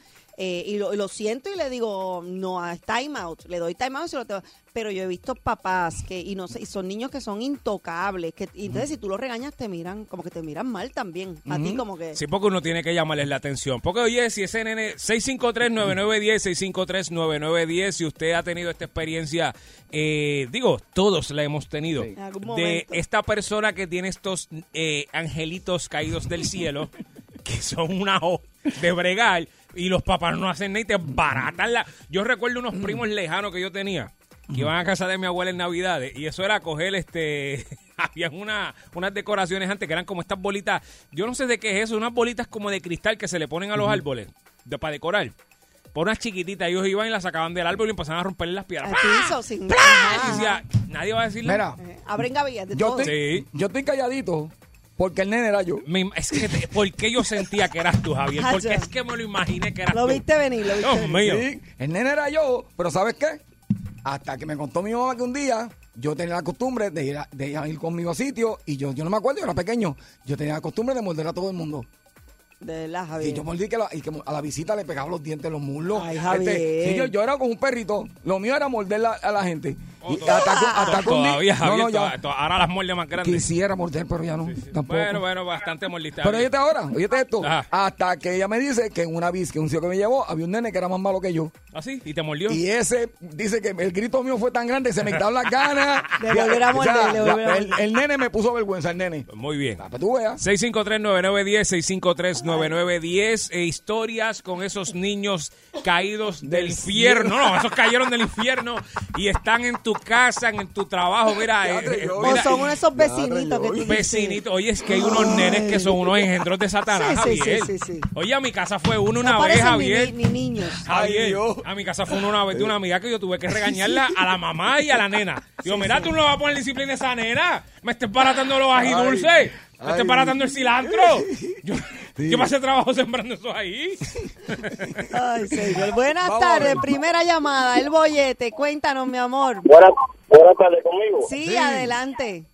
Eh, y lo, y lo siento y le digo, no, a time out. Le doy time out y se lo tengo. Pero yo he visto papás que, y no sé, y son niños que son intocables. Que, y entonces, si tú los regañas, te miran, como que te miran mal también. A ti, como que.
Sí, porque uno tiene que llamarles la atención. Porque, oye, si ese nene, 653-9910, 653-9910, si usted ha tenido esta experiencia, eh, digo, todos la hemos tenido,
En algún
de
momento.
esta persona que tiene estos eh, angelitos caídos del
*laughs*
cielo, que son una O de bregar, y los papás no hacen ni te baratan la... Yo recuerdo
Mm.
unos primos lejanos que yo tenía, que iban a casa de mi abuela en Navidades, y eso era coger este... *laughs* Habían una, unas decoraciones antes que eran como estas bolitas, yo no sé de qué es eso, unas bolitas como de cristal que se le ponen a los árboles de, para decorar. Por unas chiquititas, ellos iban y las sacaban del árbol y empezaban a romperle las piedras.
Al
¡Pah!
piso, sin-
¡Pah!
Ajá,
Y decía, nadie va a decirle.
Mira,
Eh, abren gavillas de
yo
todo.
estoy,
Sí.
yo estoy calladito porque el nene era yo.
Me- es que te- ¿Por qué yo sentía que eras tú, Javier?
Hacho.
Porque es que me lo imaginé que eras
Lo
tú.
viste venir, lo viste
Dios
venir.
mío.
Sí, el nene era yo, pero ¿sabes qué? Hasta que me contó mi mamá que un día yo tenía la costumbre de ir, a- de ir conmigo a sitios y yo, yo no me acuerdo, yo era pequeño. Yo tenía la costumbre de morder a todo el mundo.
De la
Y
Javier.
yo mordí que, la- y que a la visita le pegaba los dientes, los muslos. Este,
Ay, Javier.
sí, yo, yo era como un perrito. Lo mío era morder la- a la gente. Y hasta que- hasta que un día-
Todavía, Javier,
no, no, ya
to- to- ahora las muerdes más grandes.
quisiera morder, pero ya no. Tampoco.
Bueno, bueno, bastante mordista.
Pero oíste ahora, oíste esto.
Ajá.
Hasta que ella me dice que en una vis, que un sitio que me llevó, había un nene que era más malo que yo.
¿Así? ¿Ah, ¿Y te mordió?
Y ese dice que el grito mío fue tan grande que se me quitaron las ganas.
*laughs* De volver a morder, de volver a
el, el nene me puso vergüenza, el nene.
Muy bien.
Para que tú veas.
653-9910, 653-9910, eh, historias con esos niños caídos del,
Del
infierno. No, esos cayeron del infierno y están en tu casa, en tu trabajo. Mira, eh,
Teatro,
eh,
yo-
O
mira,
son unos esos vecinitos que tú dices.
Vecinito, oye, es que hay unos nenes que son unos engendros de Satanás,
Sí, sí, sí,
Javier.
sí, sí.
Oye, a mi casa fue uno
No
una vez,
parecen ni-
Javier.
Ni, ni niños.
Ay,
Javier,
Dios.
a mi casa fue uno una vez de una amiga que yo tuve que regañarla a la mamá y a la nena. Digo, mira, tú no vas a poner disciplina a esa nena. Me estás baratando los
Ay,
agidulces. Me
ay.
estás baratando el
*laughs*
cilantro. Yo, yo pasé trabajo sembrando eso ahí.
*laughs*
Ay, señor. Buenas
Vamos a
tardes,
ver.
primera llamada, el bollete. Cuéntanos, mi amor.
Buenas, buenas tardes conmigo.
Sí, adelante.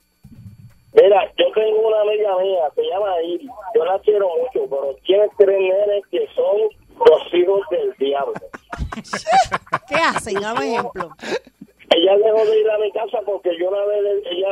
Mira, yo tengo una amiga mía, se llama Iris. Yo la quiero mucho, pero tiene tres nenes que son los hijos del diablo.
¿Qué hacen?
Oh,
Dame ejemplo.
Ella dejó de ir a mi casa porque yo una vez le- ella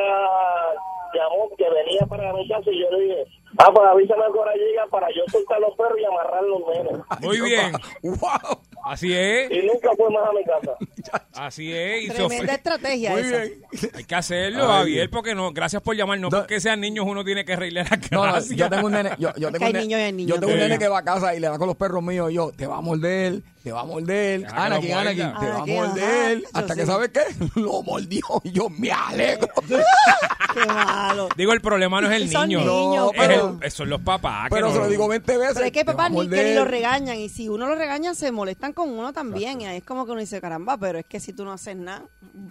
llamó que venía para mi casa y yo le dije, ah, pues avísame cuando llega para yo soltar los perros y amarrar los nenes.
Muy bien.
*laughs* ¡Wow!
Así es,
Y nunca fue más a mi casa.
así es. y se
Tremenda
ofre-
estrategia
Muy
esa.
bien.
Hay que hacerlo, Javier, porque no, gracias por llamar. No
No.
porque sean niños, uno tiene que arreglar las
No,
*laughs*
no,
gracias.
yo tengo un nene, yo, yo tengo
hay
un nene,
niños y hay niños
yo tengo un
también.
nene que va a casa y le va con los perros míos y yo, te va a morder, te va a morder,
Deja que
Anakin,
lo
Anakin,
muerda.
te va a
Anakin,
morder,
Ah, ajá,
hasta
yo
que
sí.
¿sabes qué? *laughs* Lo mordió y yo me alegro. *laughs*
Qué malo.
Digo, el problema no es el
*laughs* Son
niño.
niños,
es
pero-
el- son los papás. que
Pero
no-
se lo digo 20 veces.
Pero es que
"Te va
papá
a
ni que
morder".
ni lo regañan. Y si uno lo regaña, se molestan con uno también. Y ahí es como que uno dice, caramba, pero es que si tú no haces nada.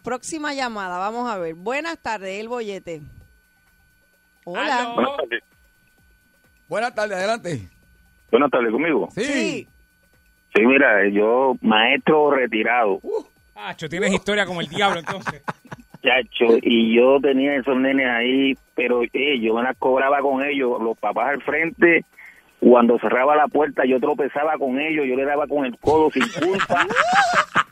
Próxima llamada, vamos a ver. Buenas tardes, el bollete. Hola.
Aló.
Buenas tardes, adelante.
Buenas tardes conmigo.
Sí.
Sí.
Sí, mira, yo, maestro retirado,
Acho, tienes historia como el diablo,
*laughs*
entonces.
chacho, y yo tenía esos nenes ahí, pero eh, yo me las cobraba con ellos, los papás al frente. Cuando cerraba la puerta, yo tropezaba con ellos, yo le daba con el codo sin culpa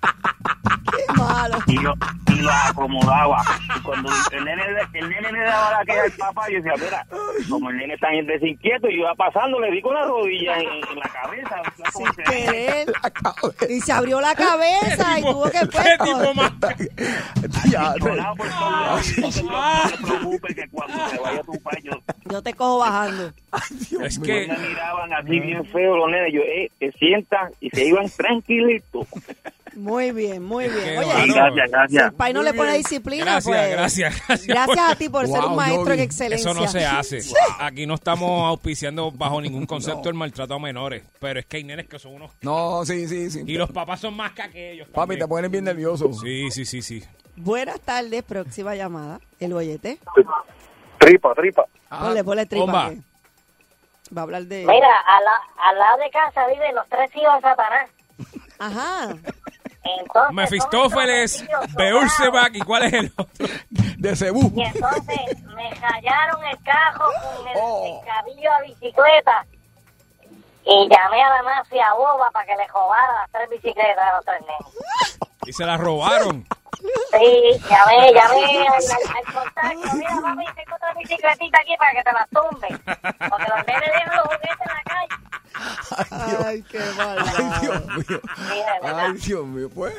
Qué malo.
y, lo, y los acomodaba. Y cuando el nene, el nene le daba la queja al papá, yo decía, mira, como el nene está desinquieto, y yo iba pasando, le di con la rodilla en, en la cabeza.
Sin querer.
*laughs* La cabeza.
Y se abrió la cabeza y tuvo
*laughs*
que pues,
¿Qué tipo más?
*laughs*
*laughs*
Ya,
Colado por todos lados, y no te- no te preocupes que cuando te vaya tu paño
Yo te cojo bajando.
Es
que
que
*laughs*
me miraban así bien feo los nenes. Yo, eh, te sientan y
*laughs*
se iban tranquilitos.
Muy bien, muy bien.
Qué
Oye,
malo.
Sí,
si
gracias, gracias.
el país no le pone disciplina,
Gracias,
pues.
gracias, *laughs* gracias.
Gracias a ti por ser
Wow,
un maestro en
Yogi.
excelencia.
eso no se hace. Aquí no estamos auspiciando bajo ningún concepto el maltrato a menores. Pero es que hay nenes que son unos.
No, sí, sí, sí.
Y los papás son más que aquellos.
Papi, te
también.
ponen bien nervioso.
Sí, sí, sí, sí.
Buenas tardes, próxima llamada. El bollete.
Tripa, tripa.
Ah,
ponle, ponle tripa.
bomba.
que Va a hablar de...
Mira, al, la- al lado de casa viven los tres hijos de Satanás.
Ajá.
Entonces,
Mefistófeles,
son estos dos tíos
Beelzebub, ¿y cuál es el otro?
de Cebú. *laughs*
sobrados. Y entonces me hallaron el cajo con el,
Oh.
el cabillo a bicicleta. Y llamé a la mafia boba para que le robara las tres bicicletas a los tres nenes.
Y se la robaron.
Sí, llamé, llamé al, al- al contacto. Mira, papi, tengo otra bicicletita aquí para que te la tumbe. Porque los nenes dejan los juguetes en la calle.
Ay, qué malo.
Ay, Dios mío.
Mira, ¿verdad?
Ay, Dios mío, pues.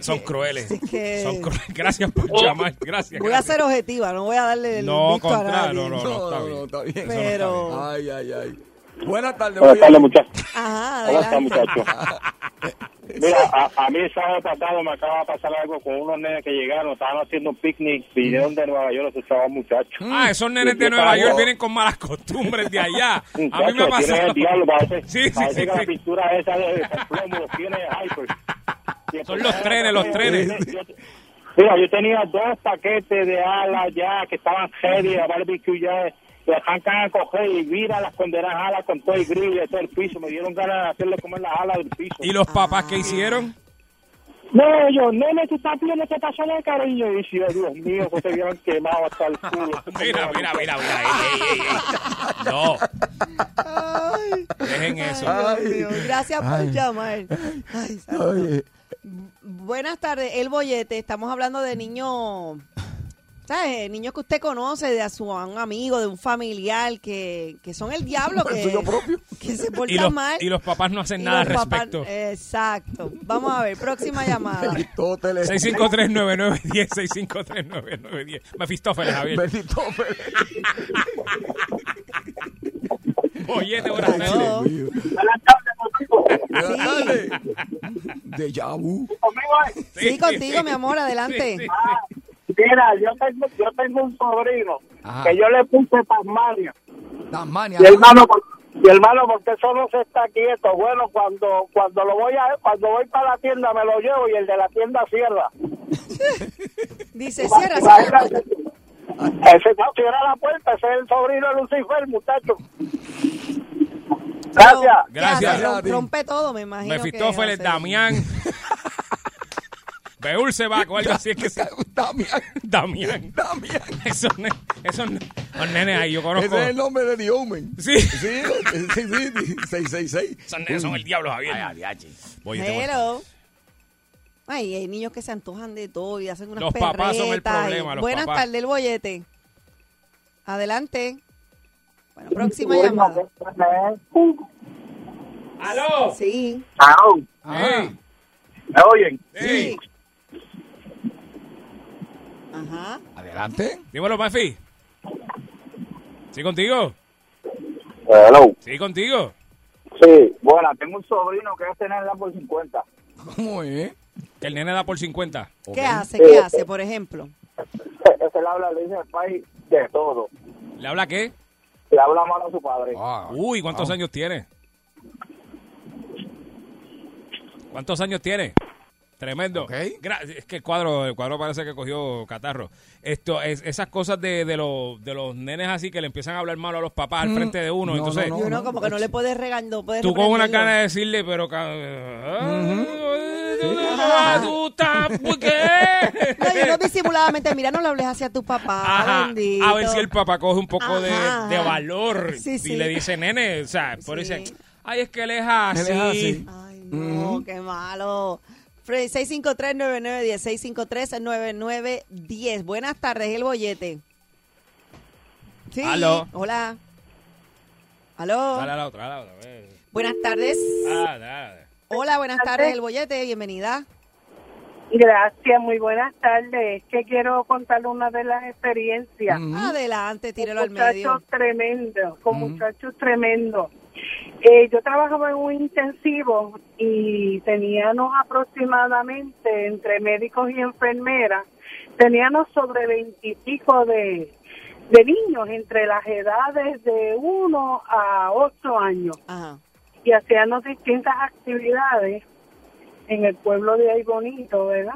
Son crueles.
que-
Son crueles. Gracias por llamar. Gracias.
Voy a
gracias.
ser objetiva, no voy a darle el
No,
visto
contra,
a nadie.
no, no. está bien.
está bien.
Pero...
Ay, ay, ay. Buenas tardes,
Buenas
Bollete.
tardes, muchachos.
Ajá,
¿Cómo están,
adelante.
muchachos? *laughs* Mira, a, a mí el sábado pasado me acaba de pasar algo con unos nenes que llegaron, estaban haciendo un picnic, vinieron de Nueva York, esos chavos muchachos.
Ah, esos nenes de
Yo
Nueva
estaba-
York vienen con malas costumbres de allá. *laughs* A mí me ha
Muchachos, tienen
pasado.
el diablo, parece,
Sí, sí,
parece
sí,
que
sí.
la pintura esa de de plomo los tiene hyper. Y
*laughs* Son
entonces,
los trenes, los
yo-
trenes.
yo- Mira, yo tenía dos paquetes de alas ya que estaban heavy, a barbecue ya, y arrancan a coger y mira las condenas alas con todo el grill y todo el piso. Me dieron ganas de hacerle comer las alas del piso.
¿Y los papás qué hicieron?
No, yo, nene, tú estás pidiendo que pasó de cariño. Y si, oh, Dios mío, pues se vieron quemado hasta el culo.
*laughs* Mira, mira, mira, mira. ey, ey, ey, ey. *laughs* No. Dejen eso.
Ay, Dios mío, Gracias por llamar. Ay, santo.
Oye,
Buenas tardes, El Bollete. Estamos hablando de niños, ¿sabes? Niños que usted conoce, de a su a un amigo, de un familiar, que, que son el
*laughs*
diablo,
Por el
que,
suyo propio.
que se
Y
portan
los,
mal.
y los papás no hacen
Y
nada al
los papás- eh.
respecto.
Exacto. Vamos a ver,
*laughs*
próxima llamada.
Aristóteles.
6539910, 6539910. Mefistófeles, Javier.
Benito Félix.
Oye, te buenas tardes.
Aló.
Buenas tardes. De Yabu.
Sí, contigo, mi amor, adelante.
Sí, sí.
Mira, yo tengo, yo tengo un sobrino
Ajá.
que yo le puse Tasmania.
Tasmania.
Y hermano, y hermano, porque eso no se está quieto. Bueno, cuando cuando lo voy a cuando voy para la tienda me lo llevo y el de la tienda cierra.
Dice, cierra, cierra.
Imagínate. Ese no cierra la puerta, ese es el sobrino de Lucifer, muchacho. Gracias.
Gracias.
Ya, se
Gracias a ti.
Rompe todo, me imagino. que
Mefistófeles,
hace.
Damián. Beulzebub o algo así es que se...
Damián.
Damián.
Damián.
Esos, ne- esos ne- Los nenes ahí, yo conozco.
Ese es el nombre de The Omen.
Sí.
Sí, sí, sí, sí, 666.
Esos nenes son el diablo, Javier. Voy, este te voy.
Hello. Ay, hay niños que se antojan de todo y hacen unas
Los papás son el
perretas y-
problema, los
Buenas
papás.
tardes, el bollete. Adelante. Bueno, próxima llamada.
pues, eh,
¡Aló!
Sí.
Ey,
¿Me oyen?
ey.
Ajá.
Adelante.
Dímelo, Mafi. ¿Sí contigo?
Hello.
¿Sí contigo?
*laughs*
Sí. Bueno, tengo un sobrino que hace nada por 50.
¿Cómo es?
Que el nene da por 50.
¿Qué hace? ¿Qué hace, por ejemplo?
Ese le habla, le dice al país de todo.
¿Le habla qué?
Le habla mal a su padre.
Ah,
Uy, ¿cuántos años tiene? ¿Cuántos años tiene? Tremendo.
Ok.
Gra- Es que el cuadro, el cuadro parece que cogió catarro. Esto, es, esas cosas de, de, los, de los nenes así que le empiezan a hablar malo a los papás al frente de uno.
Mm. No,
Entonces,
no,
Y uno
no,
como que no le puedes regañar, no puedes
tú con una
reprenderlo.
cara de decirle, pero... ca- Ah, ¿Tú estás- ¿Por qué?
*laughs* No, yo no disimuladamente, mira, no le hables hacia tu papá,
Ajá.
bendito.
A ver si el papá coge un poco de,
Ajá,
de
ajá.
valor
Sí, sí.
y le dice, nene, o sea, por
Sí.
eso dice, ay, es que él es así.
Él es así.
Ay, no,
Mm.
qué malo. Fre- 653-9910, 653-9910. Buenas tardes, el bollete. Sí.
Aló.
Hola. Aló.
Dale a la otra, dale a la otra. eh.
Buenas tardes.
Dale, dale.
Hola, buenas tardes, el bollete. Bienvenida.
Gracias, muy buenas tardes. Es que quiero contarle una de las experiencias.
Mm.
Adelante, Mm. tíralo al
con
medio. Mm.
muchachos tremendos, con muchachos tremendos. Eh, yo trabajaba en un intensivo y teníamos aproximadamente entre médicos y enfermeras, teníamos sobre veintipico de, de niños entre las edades de uno a ocho años
Ajá.
y hacíamos distintas actividades en el pueblo de ahí bonito, ¿verdad?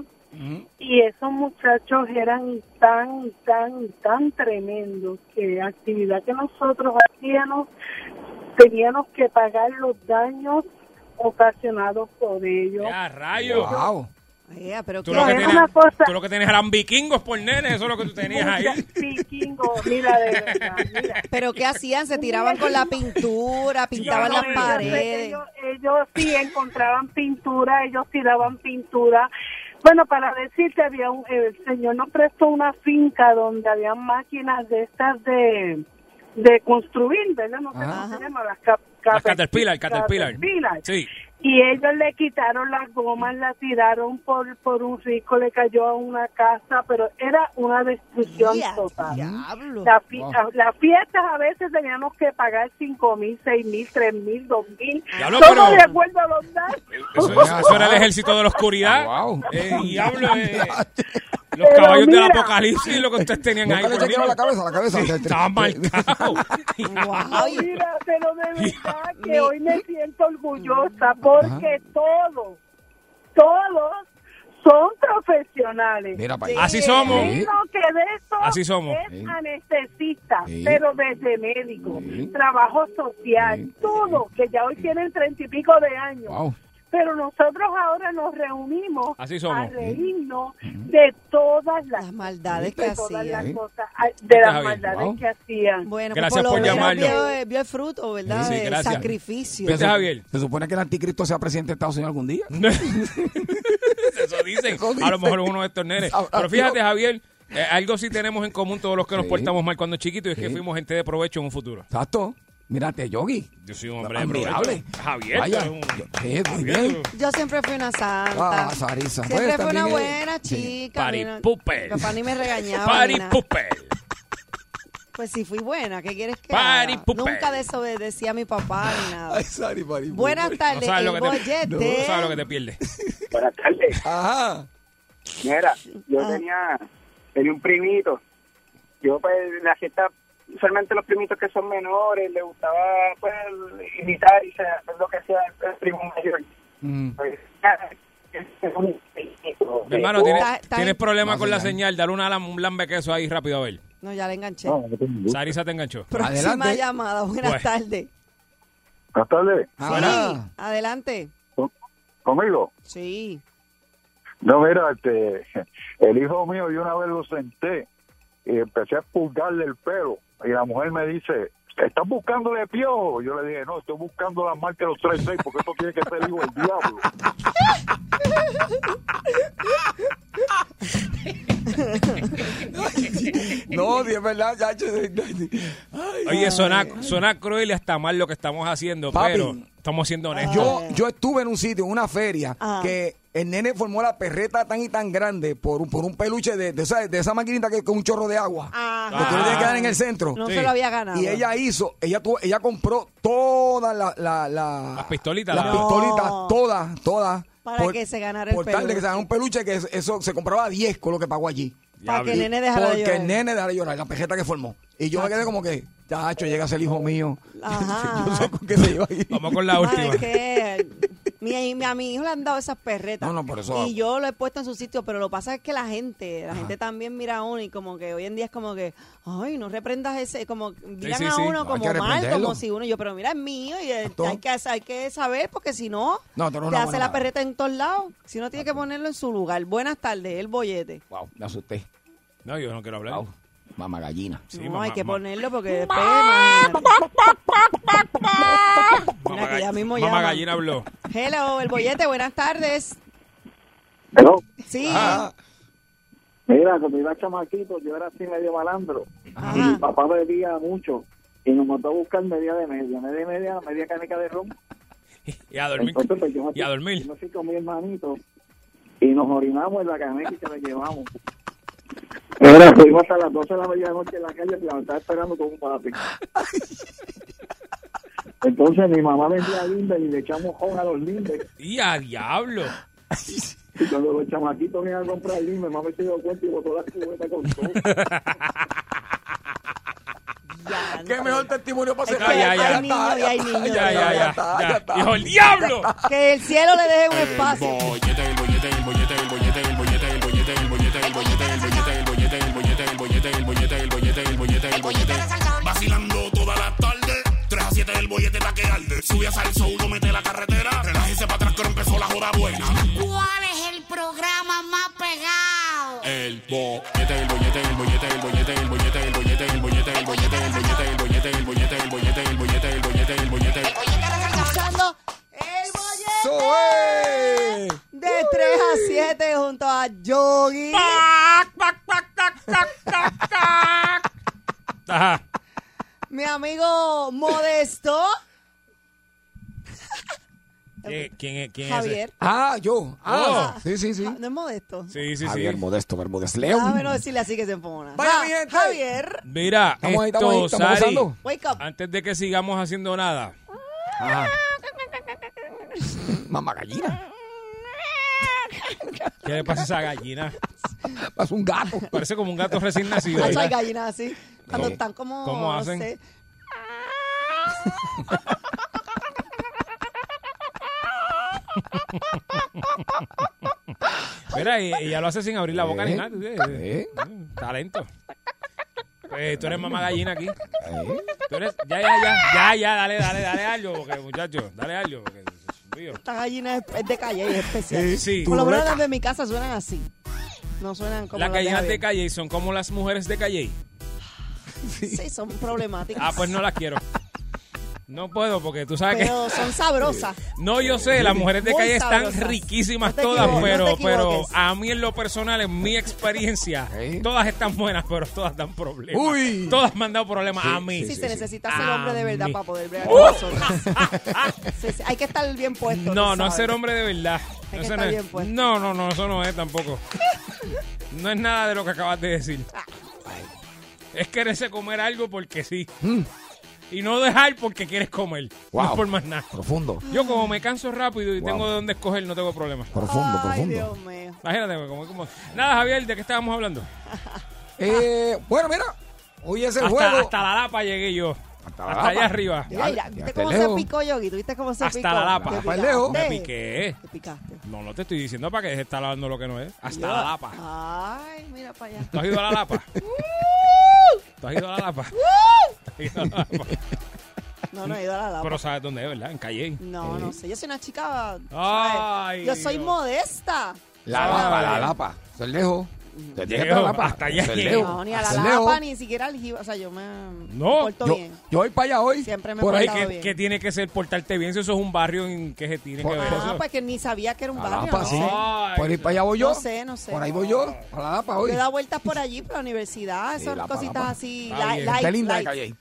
Y esos muchachos eran tan, tan, tan tremendos que actividad que nosotros hacíamos, teníamos que pagar los daños ocasionados por ellos.
Ya, rayo.
wow.
Ea, Eh, ah, pero
Tú
qué-
lo, que
Es
tienes,
una cosa-
tú lo que tienes eran vikingos por nene, eso es lo que tú tenías ahí.
Mucha- Vikingo, mira de verdad, mira.
pero qué hacían, se tiraban con la
*laughs*
pintura, pintaban
Yo
las
no, yo sé,
paredes.
Ellos, ellos sí encontraban pintura, ellos tiraban pintura. Bueno, para decirte, había un, el señor nos prestó una finca donde había máquinas de estas de, de construir, ¿verdad? No sé cómo se llama, las cap,
Las
cape-
Caterpillar, Caterpillar.
Caterpillar.
Sí.
Y ellos le quitaron las gomas, la tiraron por, por un risco, le cayó a una casa, pero era una destrucción
Ya,
total.
diablo.
La fi- a- Las fiestas a veces teníamos que pagar cinco mil, seis mil, tres mil, dos mil.
Diablo,
Todo
pero-
de acuerdo a los datos.
Eso, eso era el ejército de la oscuridad.
Wow.
Eh, diablo, eh, los
Pero
caballos
mira.
del apocalipsis, lo que ustedes tenían ahí.
Nunca le
por
chequearon la
Dios.
cabeza, la cabeza.
Sí, estaba
*laughs*
marcado.
Guau.
Mira, pero de verdad
Mi-
que hoy me siento orgullosa porque todos, todos son profesionales.
Mira para allá.
Así somos.
Digo que de eso
Así somos.
es
Sí.
anestesista,
Sí.
pero desde médico,
Sí.
trabajo social,
Sí.
todo, que ya hoy tienen treinta y pico de años.
Wow.
Pero nosotros ahora nos reunimos
Así somos.
a reírnos de todas las,
Las maldades que
de todas las
hacían.
cosas, de
Está
las
bien,
maldades
wow.
que hacían.
Bueno,
Gracias
pues, lo
por
menos
llamarnos.
Vio, eh, vio el fruto, ¿verdad?
Sí, sí,
El
gracias.
sacrificio.
Viste,
*laughs*
Javier.
¿Se supone que el anticristo sea presidente de Estados Unidos algún día?
Eso dicen.
Eso dicen.
A lo mejor es uno de estos nenes.
Ah,
Sabrá
Pero fíjate,
Dios.
Javier, eh, algo sí tenemos en común todos los que nos
Sí.
portamos mal cuando chiquitos y es que
Sí.
fuimos gente de provecho en un futuro.
Exacto. Mírate, Yogi.
Yo soy un hombre de
admirable.
provecho. Javier,
Vaya.
tú eres un-
Yo- sí, muy
Javier,
bien.
tú-
Yo siempre fui una santa.
Ah, Sarisa,
Siempre
pues,
fui una
también es-
buena chica.
Party
mira.
pooper.
Mi papá ni me regañaba. ni
Party
nada.
pooper.
Pues sí fui buena, ¿qué quieres que
Party
haga?
pooper.
Nunca desobedecía a mi papá ni nada.
Ay, sorry, buddy.
Buenas
No
tardes,
sabes,
el
lo que te,
bollete.
no sabes lo que te pierdes.
Buenas tardes.
Ajá.
Mira, yo
Ah.
tenía, tenía un primito. Yo, pues, la fiesta, usualmente los primitos que son menores, le gustaba, pues, imitar y se- hacer lo que hacía el, el primo mayor.
Mm.
Pues, nada, ese es un primito.
Mi hermano, tienes,
Está- está
tienes
bien.
problemas
No,
con la
señal.
señal. Dale una, lam- un lambe queso ahí rápido a ver.
No, ya la enganché.
No, no tengo gusto.
Sarisa te enganchó.
Próxima
Adelante.
llamada, buenas
Bueno.
tardes.
Buenas tardes.
Sí,
Ajá.
adelante.
Con- ¿Conmigo?
Sí.
No, mira, este, el hijo mío yo una vez lo senté y empecé a pulgarle el pelo
Y la mujer me dice, ¿estás buscando de piojo? Yo le dije, no, estoy buscando las marcas de los 36 porque esto tiene que ser hijo del diablo.
No, sí, es verdad, chacho.
Oye, suena, suena cruel y hasta mal lo que estamos haciendo,
Papi.
pero estamos siendo honestos.
Yo, yo estuve en un sitio, en una feria,
Ajá.
que el nene formó la perreta tan y tan grande por un, por un peluche de, de, esa, de esa maquinita que con un chorro de agua.
Ajá.
Que tú le tienes que dar en el centro.
No
Sí.
se lo había ganado.
Y ella hizo, ella tuvo, ella compró todas la, la- la-
Las pistolitas,
las
la-
pistolitas,
No.
todas, todas.
Para que se ganara el
Por tal de que
peluche.
se ganara un peluche que es- eso se compraba 10 con lo que pagó allí.
Para que el nene dejara de
Porque
llorar.
el nene dejara de llorar, la pejeta que formó. Y yo me quedé como que, chacho, llega a ser hijo mío.
Ajá.
*laughs* Yo sé con qué se lleva ahí.
Vamos con la
Ay,
última.
que *laughs* mi, mi- a mi hijo le han dado esas perretas.
No, no, por eso-
Y yo lo he puesto en su sitio, pero lo que pasa es que la gente, la gente también mira a uno y como que hoy en día es como que, ay, no reprendas ese, como miran
sí,
a
sí.
uno
Hay
como
que
mal,
reprenderlo.
como si uno, yo, pero mira, es mío y eh,
Exacto.
hay que, hay que saber porque si no,
No, tú eres
te
una
hace
buena
la
madre.
perreta en todos lados. Si uno tiene que ponerlo en su lugar. Buenas tardes, el bollete.
Wow, me asusté.
No, yo no quiero hablar.
Wow, mamá gallina.
Sí,
no,
mamá-
hay que
ma-
ponerlo porque después... imagínate. Mira,
mamá
que ya mismo
gall- mamá
llaman.
gallina habló.
Hello, el bollete, buenas tardes.
Pero,
Sí.
Ah,
mira, cuando iba chamaquito, yo era así medio malandro.
Ajá.
Y mi papá bebía mucho. Y nos mandó a buscar media de media, media de media, media caneca de ron.
Y a dormir.
Entonces, pues yo me,
Y a dormir.
yo me fui con mi hermanito y nos orinamos en la caneca y se la llevamos. Ahora fuimos hasta las 12 de la medianoche en la calle, pero me estaba esperando con un papi. Entonces mi mamá vendía lindes y le echamos jón a los lindes.
Y a diablo.
Y cuando los chamaquitos iban a comprar lindes, mamá se dio cuenta y botó la cubeta con todo.
Ya,
Qué mejor testimonio para
Es
cerrar.
que
Ya, ya.
hay niños y hay niños.
Ya, ya, ya.
está,
ya.
ya está.
¡Hijo del diablo!
Que el cielo le deje un espacio.
Vacilando toda la tarde, 3 a 7 el bollete pa' que arde. Sube a salso, uno mete la carretera. Relájese para atrás que ahora empezó la joda buena.
¿Cuál es el programa más pegado?
El bollete, el bollete, el bollete, el bollete, el bollete, el bollete, el bollete, el bollete, el bollete, el bollete, el bollete, el bollete, el bollete, el bollete, el bollete.
Escuchando el bollete
Eso es.
de 3 a 7 junto a Yogi.
Ajá.
Mi amigo Modesto.
¿Quién, quién es- quién es ese?
Javier.
Ah, yo. Ah,
Oh.
sí, sí, sí.
Ah, No es Modesto.
Sí, sí, sí.
Javier Modesto Bermúdez
Déjame
León.
no decirle así que se enfona.
Vaya,
Ah,
mi gente.
Javier.
Mira,
Estamos ahí, estamos ahí,
esto,
estamos
Sari,
gozando.
Wake up.
antes de que sigamos haciendo nada,
Ajá. Mamá gallina.
¿qué le pasa a esa gallina?
Pasó un gato.
Parece como un gato recién nacido.
Hacho, hay
¿verdad?
gallinas así. Cuando
¿Cómo?
están como.
¿Cómo
no
hacen?
sé.
Mira, y- ella lo hace sin abrir la boca ni
Eh,
nada. ¿sí?
eh.
Mm, Talento. Pues tú eres mamá gallina aquí.
Eh.
Tú eres- ya, ya, ya, ya, ya, dale, dale, dale algo, porque muchacho, dale algo, porque Dios mío.
Esta gallina es, es de calle y es especial.
Sí, sí.
Por lo menos las de mi casa suenan así. No suenan como
Las
las de
gallinas de
Javier.
calle son como las mujeres de calle.
Sí, son problemáticas.
Ah, pues no las quiero. No puedo, porque tú sabes que.
Pero son sabrosas.
No, yo sé, las mujeres de
Muy
calle están
sabrosas.
riquísimas
No te
todas,
equivoques,
pero,
no te
pero
equivoques.
a mí en lo personal, en mi experiencia,
Sí.
todas están buenas, pero todas dan problemas.
¿Eh? Uy.
Todas me han dado problemas a mí.
Sí, se necesita ser hombre de verdad
A mí.
para poder bregar
Uh.
con nosotras.
*laughs*
Sí, sí, hay que estar bien puesto.
No,
tú
no es
sabes.
ser hombre de verdad.
que
Eso
estar
no,
bien
es.
puesto.
no, no, no, eso no es tampoco. *laughs* No es nada de lo que acabas de decir.
Ah.
Es quererse comer algo porque sí. Y no dejar porque quieres comer. No
Mm. Wow.
es por más nada.
Profundo.
Yo como me canso rápido y
Wow.
tengo de dónde escoger, no tengo problema.
Profundo,
Ay,
profundo.
Dios mío.
Imagínate, güey, como, como... Nada, Javier, ¿de qué estábamos hablando?
Este Eh, bueno, mira. Hoy es el
Hasta,
juego.
hasta la lapa llegué yo. Hasta,
Hasta la
allá
Lapa.
arriba.
Mira, mira,
ya
¿viste
te
cómo
leo.
se picó, Yogi? ¿Tú viste cómo se
Hasta
picó?
la lapa.
Hasta
Te
el
picaste.
leo.
Me piqué.
Te picaste.
No, no te estoy diciendo para que estar hablando lo que no es. Hasta la lapa.
Ay, mira para allá.
¿Tú has ido a la lapa? ¿Tú has ido a la lapa? ¿Tú has ido a la Lapa?
No, no he ido a la
*laughs*
lapa.
Pero sabes dónde es, ¿verdad? En Calle.
Eh.
no, no sé. Yo soy una chica. eh,
Ay,
Yo soy
Dios.
modesta.
La
Ah,
lapa,
vale.
la lapa. Soy lejos.
Te tienes que ir a la Lapa.
hasta allá
Te
llegué.
leo.
No, ni a la
Te
Lapa,
leo.
ni siquiera al Jiba. O sea, yo me
No,
me porto
yo-
bien.
Yo voy para allá hoy.
Siempre me he
Por ahí,
portado
¿qué,
bien.
qué tiene que ser portarte bien? Si eso es un barrio en que se tiene que ver.
Ah,
eso.
pues que ni sabía que era un
A la
barrio.
Lapa,
no
sí.
sé.
Por ahí para allá voy yo.
No sé, no sé.
Por ahí voy yo. A la Lapa hoy.
Yo he dado vueltas por allí, por la universidad,
Sí,
esas
la
cositas
palapa.
así.
Está
li-
bien.
light,
Qué linda
light.
calle ahí.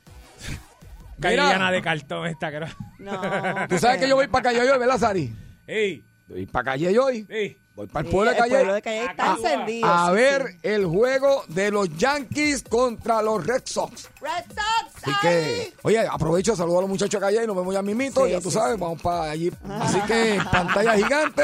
Calle
Mira.
llana de cartón esta. que era-
No.
*laughs* Tú sabes que yo voy para Calle hoy, ¿verdad, Sari?
Ey,
Voy para Calle hoy.
ey.
Voy para el
Sí,
pueblo de
el pueblo
Calle.
de calle
Acá.
está encendido.
A
sí,
ver
sí.
el juego de los Yankees contra los Red Sox.
Red Sox,
Así
ahí.
que, oye, aprovecho, saludo a los muchachos de Calle y nos vemos ya mismito.
Sí,
ya tú
sí,
sabes,
sí.
vamos para allí. Así que, pantalla
*laughs*
gigante.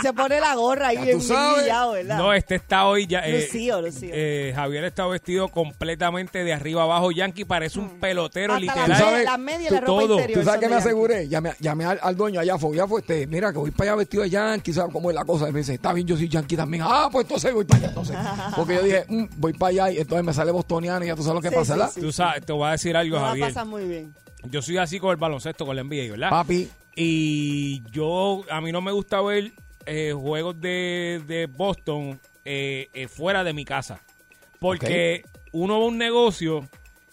Se pone la gorra ahí
Ya
bien
tú sabes.
brillado, ¿verdad?
No, este está hoy ya. eh,
Lucido, lucido.
eh, Javier está vestido completamente de arriba abajo. Yankee parece un pelotero
Hasta
literal.
las
Tú sabes,
medias, las medias y la
tú-
ropa
todo.
interior.
Tú sabes
son
que me
de Yankee.
aseguré, llamé, llamé al, al dueño allá, fue, ya fue este, mira que voy para allá vestido de yankee, ¿sabes cómo es la cosa? Y me dice, está bien, yo soy yankee también. Ah, pues entonces voy para allá,
*laughs*
entonces. Porque yo dije, "Mm, voy para allá y entonces me sale bostoniano y ya tú sabes lo que
Sí,
pasa,
sí,
¿verdad?
sí.
Tú sabes, te voy a decir algo,
No la
Javier.
pasas muy bien.
Yo soy así con el baloncesto, con la NBA, ¿verdad?
Ah,
Papi,
Y yo, a mí no me gusta ver eh, juegos de, de Boston eh, eh, fuera de mi casa. Porque uno va a un negocio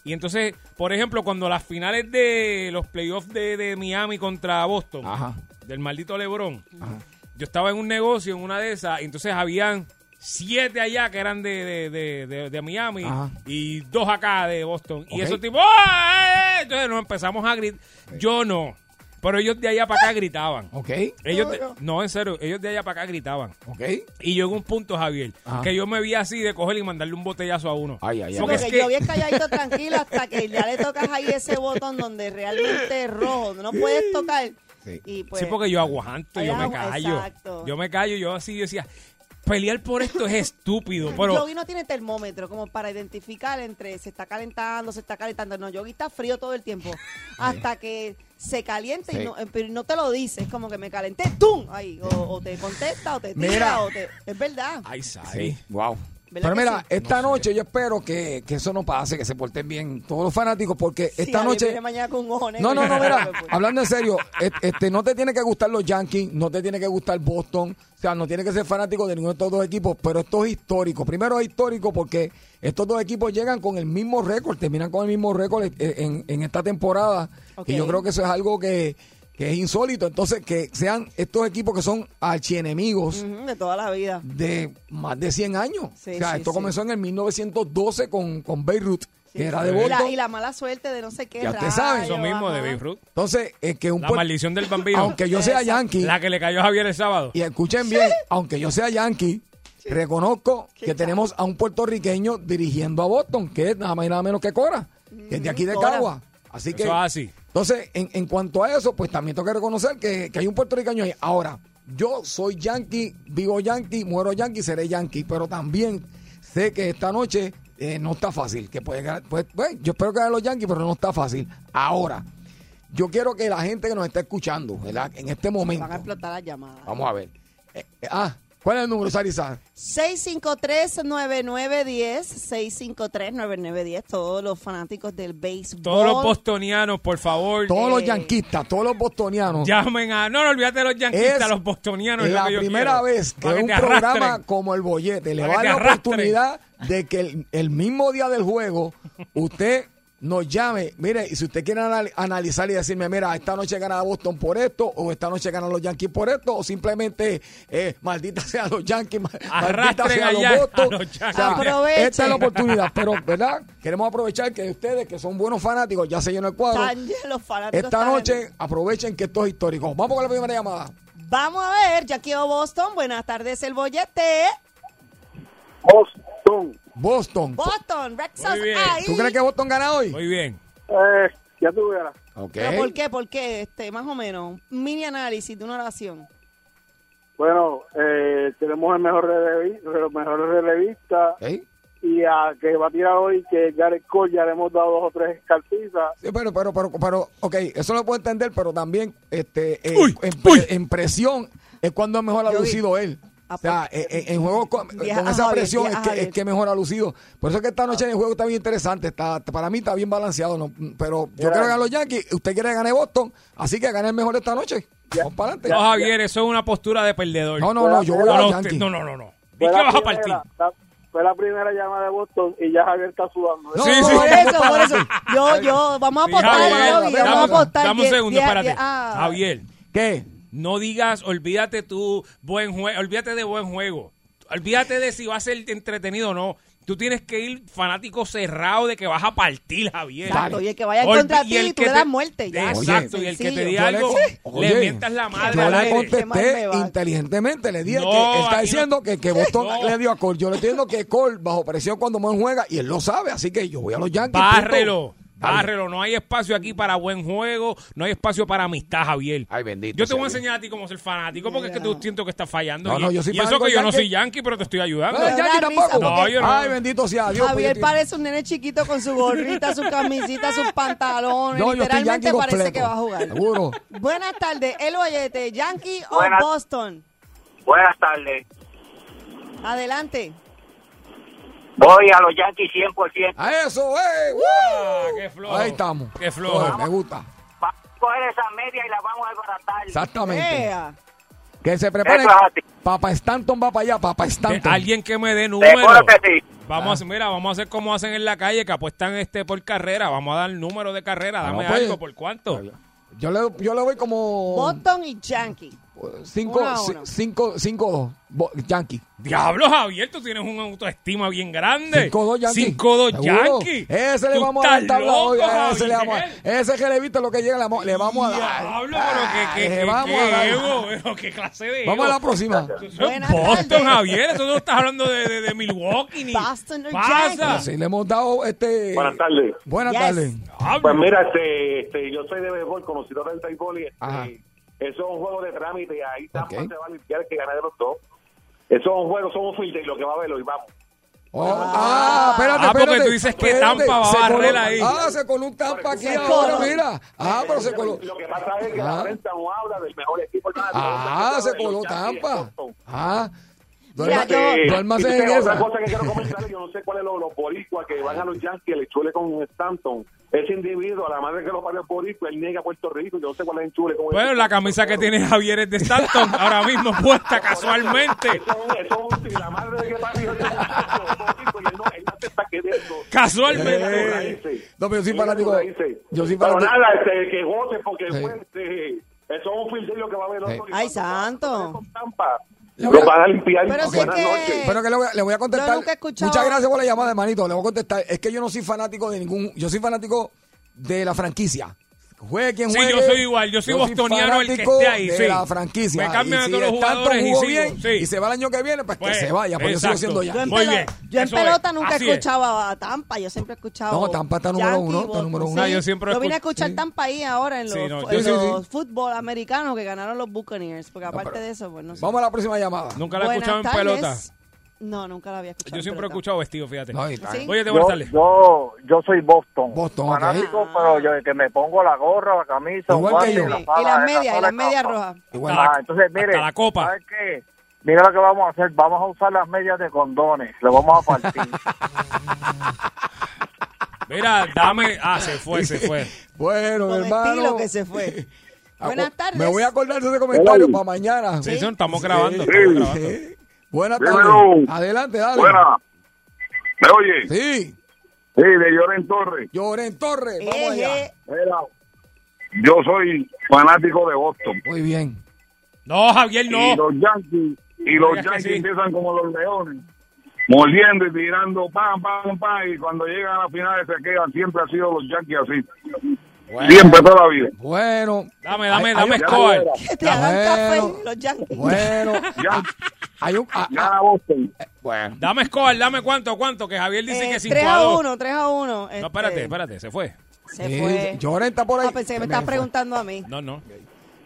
y entonces, por ejemplo, cuando las finales de los playoffs de, de Miami contra Boston,
Ajá.
del maldito Lebron, yo estaba en un negocio, en una de esas, y entonces habían siete allá que eran de, de- de- de- de Miami
Ajá.
y dos acá de Boston. Y
Ok.
esos tipos, ¡ah, eh, eh! entonces nos empezamos a gritar. Yo no, pero ellos de allá para acá gritaban.
ok,
Ellos de- no, en serio, ellos de allá para acá gritaban.
ok.
Y llegó un punto, Javier,
Ajá.
que yo me vi así de coger y mandarle un botellazo a uno.
Ay, ay, ay.
Porque
Porque
es
yo
que-
bien calladito tranquilo hasta que ya le tocas ahí ese botón donde realmente es rojo, no puedes tocar.
Sí.
Y pues,
sí, porque yo aguanto, yo
Ay,
me
agu-
callo.
exacto.
Yo me callo, yo así decía, pelear por
*laughs*
esto es estúpido, pero
Yogi no tiene termómetro como para identificar entre se está calentando, se está calentando. No, Yogi está frío todo
*laughs*
el tiempo. Hasta que se caliente
Sí.
y no, eh, pero no te lo dice. Es como que me calenté, ¡tum! Ahí, o, o te contesta, o te tira,
Mira.
o te. Es verdad.
ay, Sari.
Sí, wow.
¿Verdad
Pero
que
mira,
sí?
esta noche yo espero que, que eso no pase, que se porten bien todos los fanáticos, porque
Sí,
esta
Ale,
noche...
viene mañana con un ojo negro. pues.
No, no, no, mira, hablando en serio, et- este, no te tiene que gustar los Yankees, no te tiene que gustar Boston, o sea, no tiene que ser fanático de ninguno de estos dos equipos, pero esto es histórico. Primero es histórico porque estos dos equipos llegan con el mismo récord, terminan con el mismo récord en, en- en esta temporada,
Ok.
y yo creo que eso es algo que, que es insólito. Entonces, que sean estos equipos que son archienemigos
Ujú, Mm, de toda la vida.
de más de 100 años.
Sí,
o sea,
sí,
esto
sí.
comenzó en el 1912 con, con Beirut,
Sí,
que era
sí.
de
y la,
Boston.
y la mala suerte de no sé qué.
Ya
te
usted sabe.
Eso mismo de Beirut.
Entonces, es que un
La
puer-
maldición del bambino.
Pues, aunque yo sea yankee,
La que le cayó a Javier el sábado.
y escuchen bien, aunque yo sea yankee, reconozco que tenemos a un puertorriqueño dirigiendo a Boston, que es nada más y nada menos que Cora, que es de aquí de
Cora.
Cagua. Así
Eso
que,
es así.
entonces, en, en cuanto a eso, pues también tengo que reconocer que, que hay un puertorriqueño ahí. Ahora, yo soy yankee, vivo yankee, muero yankee, seré yankee, pero también sé que esta noche eh, no está fácil. Que puede, ganar- pues, pues, yo espero que ganen los yankees, pero no está fácil. Ahora, yo quiero que la gente que nos está escuchando, ¿verdad? En este momento.
Van a explotar las llamadas.
Vamos a ver. Eh, eh, ah, ¿cuál es el número, Sarisa?
653-9910, 653-9910, todos los fanáticos del béisbol.
Todos los bostonianos, por favor,
Todos los yanquistas, todos los bostonianos.
llamen a... No, no, olvídate de los *laughs* yanquistas,
Es
los bostonianos. es lo
la
que yo
primera
quiero.
vez que
Para
un
te arrastren.
programa como el Bollete le
Para
va a
que te
dar la
arrastren.
oportunidad de que el, el mismo día del juego usted nos llame. Mire, y si usted quiere anal- analizar y decirme, mira, esta noche gana Boston por esto, o esta noche ganan los Yankees por esto, o simplemente, eh, maldita sea los Yankees, ma- maldita
Arrastren
sea los
allá a
Boston.
los Yankees.
Aprovechen.
esta es la oportunidad, pero, ¿verdad? Queremos aprovechar que ustedes, que son buenos fanáticos, ya se llenó el cuadro.
Están ya los fanáticos.
Esta
están-
noche aprovechen que esto es histórico. Vamos con la primera llamada.
Vamos a ver, Jackie O Boston, buenas tardes, el bollete.
Boston.
Boston.
Boston, Red Sox,
bien.
ahí.
¿Tú crees que Boston gana hoy?
Muy bien.
Eh, ya tú verás.
Ok.
¿Pero por qué? ¿Por qué? Este, más o menos, un mini análisis de una oración.
Bueno, eh, tenemos el mejor relevista, los mejores relevistas
Ok.
y a que va a tirar hoy que Gareth Cole ya le hemos dado dos o tres escartizas.
Sí, pero, pero, pero, pero, ok, eso lo puedo entender, pero también este, eh,
Uy,
en,
uy.
en presión es cuando mejor ha
Yo vi.
lucido él. O sea, eh, eh, en, juego con, con
Viaja
esa
Javier,
presión es
viaja
que, es
Javier.
que mejor ha lucido. Por eso es que esta noche en el juego está bien interesante. Está, para mí está bien balanceado. ¿no? Pero yo
Mira.
quiero ganar los Yankees. Usted quiere ganar Boston. Así que gane el mejor esta noche. Vamos para
No,
adelante.
Javier, eso es una postura de perdedor.
No, no, no. Yo voy a
No,
los
no,
Yankees.
no, no, no, no. ¿Y qué
Fue la
vas a
primera,
partir?
la-
fue la primera llamada de Boston y ya Javier está sudando.
No, por *laughs* eso, por
*laughs*
eso. Yo, yo, vamos a
Sí,
apostar,
Javier,
Javi,
dame-
vamos a apostar.
dame un
Die-
segundo,
die-
espérate.
die- ah.
Javier,
¿Qué?
no digas, olvídate tú, buen juego, olvídate de buen juego. Olvídate de si va a ser entretenido o no. Tú tienes que ir fanático cerrado de que vas a partir, Javier.
Exacto, y el que vaya en
Olvi-
contra de
y el
ti, tú
que
le
te-
das muerte. Ya.
Exacto, y el que te
Sencillo.
diga algo,
Yo
le
oye,
mientas la madre.
Yo
al
le
aire.
contesté
Qué mal me va.
inteligentemente, le dije
No,
que
aquí
está
no-
diciendo que, que Boston
No.
le dio a Cole. Yo le entiendo que Cole bajo presión cuando Mon juega y él lo sabe, así que yo voy a los Yankees.
Bárrelo,
punto.
bárrelo. No hay espacio aquí para buen juego, no hay espacio para amistad, Javier.
Ay, bendito.
Yo te voy a
sea Dios.
enseñar a ti cómo ser fanático porque es que tú siento que estás fallando.
No,
y
no, yo soy
y eso
fanático
que yo no
yankee.
soy yankee, pero te estoy ayudando.
No, los
Me da
Yankees
risa
tampoco.
porque-
No, yo no.
Ay, bendito sea Dios. pues yo
Javier
estoy-
parece un nene chiquito con su gorrita, su
*laughs*
camisita, sus pantalones.
No, yo estoy
Literalmente
Yankee
parece
completo.
que va a jugar.
Seguro.
Buenas tardes, el bollete, Yankee o
Buenas.
Boston.
Buenas tardes.
Adelante.
Voy a los Yankees 100%.
A eso,
*laughs*
eh. ¡Woo!
Ah, qué flojo.
Ahí estamos.
Qué flojo.
Oye, Me gusta.
Vamos a coger esa media y la vamos a desbaratar.
Exactamente.
Ea.
Que se preparen.
Eso es así.
Papá Stanton va para allá, papá
Que
Stanton.
alguien que me dé número.
Seguro que sí.
Ah.
Vamos a hacer- mira, vamos a hacer como hacen en la calle, que apuestan este por carrera. Vamos a dar número de carrera. Dame
Vamos, pues.
algo, ¿por cuánto?
Yo le, yo le voy como
Boston y Yankee.
5
Uno a uno.
5 5 2 Yankee.
Diablo, Javier, tú tienes una autoestima bien grande.
5-2 Yankee.
5-2
Seguro.
Yankee.
Ese le
Tú
vamos a dar
estás
tabla
loco,
hoy. Ese, le
Javier.
vamos a- ese que le viste lo que llega, le vamos, le vamos a dar.
Diablo, pero que, que,
Ay,
que-
vamos,
que
a dar.
ego, pero qué clase de ego.
vamos a la próxima.
Eso es
Buenas tardes.
Boston, Javier. Eso no estás hablando de, de, de Milwaukee ni
Boston or
pasa.
Yankees.
Sí, le hemos dado este.
Buenas tardes.
Buenas
Yes.
tardes.
Diablo.
Pues mira, este, este, yo soy de béisbol, conocido del béisbol y este,
Ajá.
eso es un juego de trámite. Ahí Tampa
Ok.
se va a limpiar el que gana de los dos. Eso es un juego, somos filtro y lo que va a verlo y vamos.
Oh, ah, espérate,
Ah, porque
espérate,
tú dices que
espérate.
Tampa va a
Se
barrer
coló-
ahí.
Ah, se coló un Tampa aquí
Se
ahora,
coló.
mira. Ah, pero se coló.
Lo que pasa es que
Ah.
la prensa no habla del mejor equipo. hermano.
Ah,
Habla
se
de los
coló
Yankees de
Tampa.
Boston.
Ah. Duerma-
Mira, yo-
duérmase
Y
en
otra
esa.
cosa que quiero comentar, yo no sé cuál es lo- los boricuas que van a los Yankees, le chule con Stanton. Ese individuo, a la madre que lo parió boricua, él niega a Puerto Rico, yo no sé cuál es el chule con
Bueno,
él.
la camisa que tiene Javier es de Stanton, ahora mismo puesta casualmente.
Eso es un- eso es un- si la madre que parió ese muchacho, boricua, y él no, él no acepta que de eso.
Eh,
Casualmente.
No, pero yo soy
Sí,
fanático de-
dice.
yo soy
Pero
fanático-
nada, este, que vote porque
Sí.
fue, este, eso es un filtrillo que va a haber
Sí.
otro. que
Ay,
cuando va a
santo.
hacer con Tampa,
Ya
Lo
voy a-
van a limpiar.
Pero si es
Buenas
que-
noches.
Pero que le voy a, le voy a contestar.
Yo nunca he escuchado-
Muchas gracias por la llamada, hermanito. Le voy a contestar. Es que yo no soy fanático de ningún. Yo soy fanático de la franquicia. Juegue quien
Sí,
juegue.
yo soy igual, yo soy bostoniano el que
fanático
esté ahí,
De
sí.
la franquicia.
Me cambian
Y
a
si
todos los
Stanton
jugadores y
jugó
sigo,
bien
sí.
y se va el año que viene, pues,
Pues,
que se vaya. Pues yo sigo
exacto.
siendo
Yo en,
ya.
Muy
pelo-
bien,
yo en
eso es.
pelota nunca
Así
he
es.
escuchado a Tampa, yo siempre he escuchado.
No, Tampa está número uno, está
Boston,
número uno.
sí.
Ah, yo siempre
Lo vine a
escu-
escuchar
sí.
Tampa ahí ahora en los,
Sí, no,
en
yo- Sí, sí,
los fútbol americanos que ganaron los Buccaneers, porque aparte de eso, pues no sé.
Vamos a la próxima llamada.
Nunca la he
Buenas
escuchado en
tardes.
pelota.
No, nunca la había escuchado.
Yo
en
siempre he
pelota.
escuchado vestido, fíjate.
No, ahí está.
Sí.
Oye, de buenas
Yo,
tardes.
yo, yo soy Boston.
Boston, ok.
fanático, pero yo de que me pongo la gorra, la camisa,
Igual que yo.
Sí, Y las medias, y las medias
rojas.
rojas.
Igual.
Ah,
entonces,
hasta
mire,
la copa.
¿sabes qué? Mira lo que vamos a hacer, vamos a usar las medias de condones, lo vamos a
*laughs*
partir.
Mira, dame. Ah, se fue, se
*laughs*
fue.
Bueno,
Con
hermano.
estilo que se fue.
Acu-
Buenas tardes.
Me voy a acordar de ese comentario para mañana.
Sí, son- estamos grabando.
Sí.
estamos grabando.
Sí. Buenas
Dímelo.
tardes. Adelante, dale.
Buena. ¿Me oye?
Sí.
Sí, de Lloren Torres.
Lloren Torres. Vamos allá.
Eje.
Mira, Yo soy fanático de Boston.
Muy bien.
No, Javier, no.
Y los Yankees, y los
digas que
Yankees
sí.
empiezan como los leones, mordiendo y tirando pam, pam, pam, y cuando llegan a las finales se quedan. Siempre ha sido los Yankees así.
pues.
Siempre toda la vida.
Bueno.
Dame, dame,
Hay-
dame,
hay-
Escobar.
Que Este te hagan
Bueno.
café los Yankees.
Bueno.
*laughs* Ya,
Hay un, ah,
ya Boston.
bueno.
Dame Escobar, dame cuánto, cuánto, que Javier dice
Eh,
que 5
3
a este.
a Eh.
2.
1, 3 a 1.
No, espérate, espérate, se fue.
Se fue.
Sí, Lloren está por ahí.
Ah, pensé que me
Se
estabas
fue.
preguntando a mí.
No, no.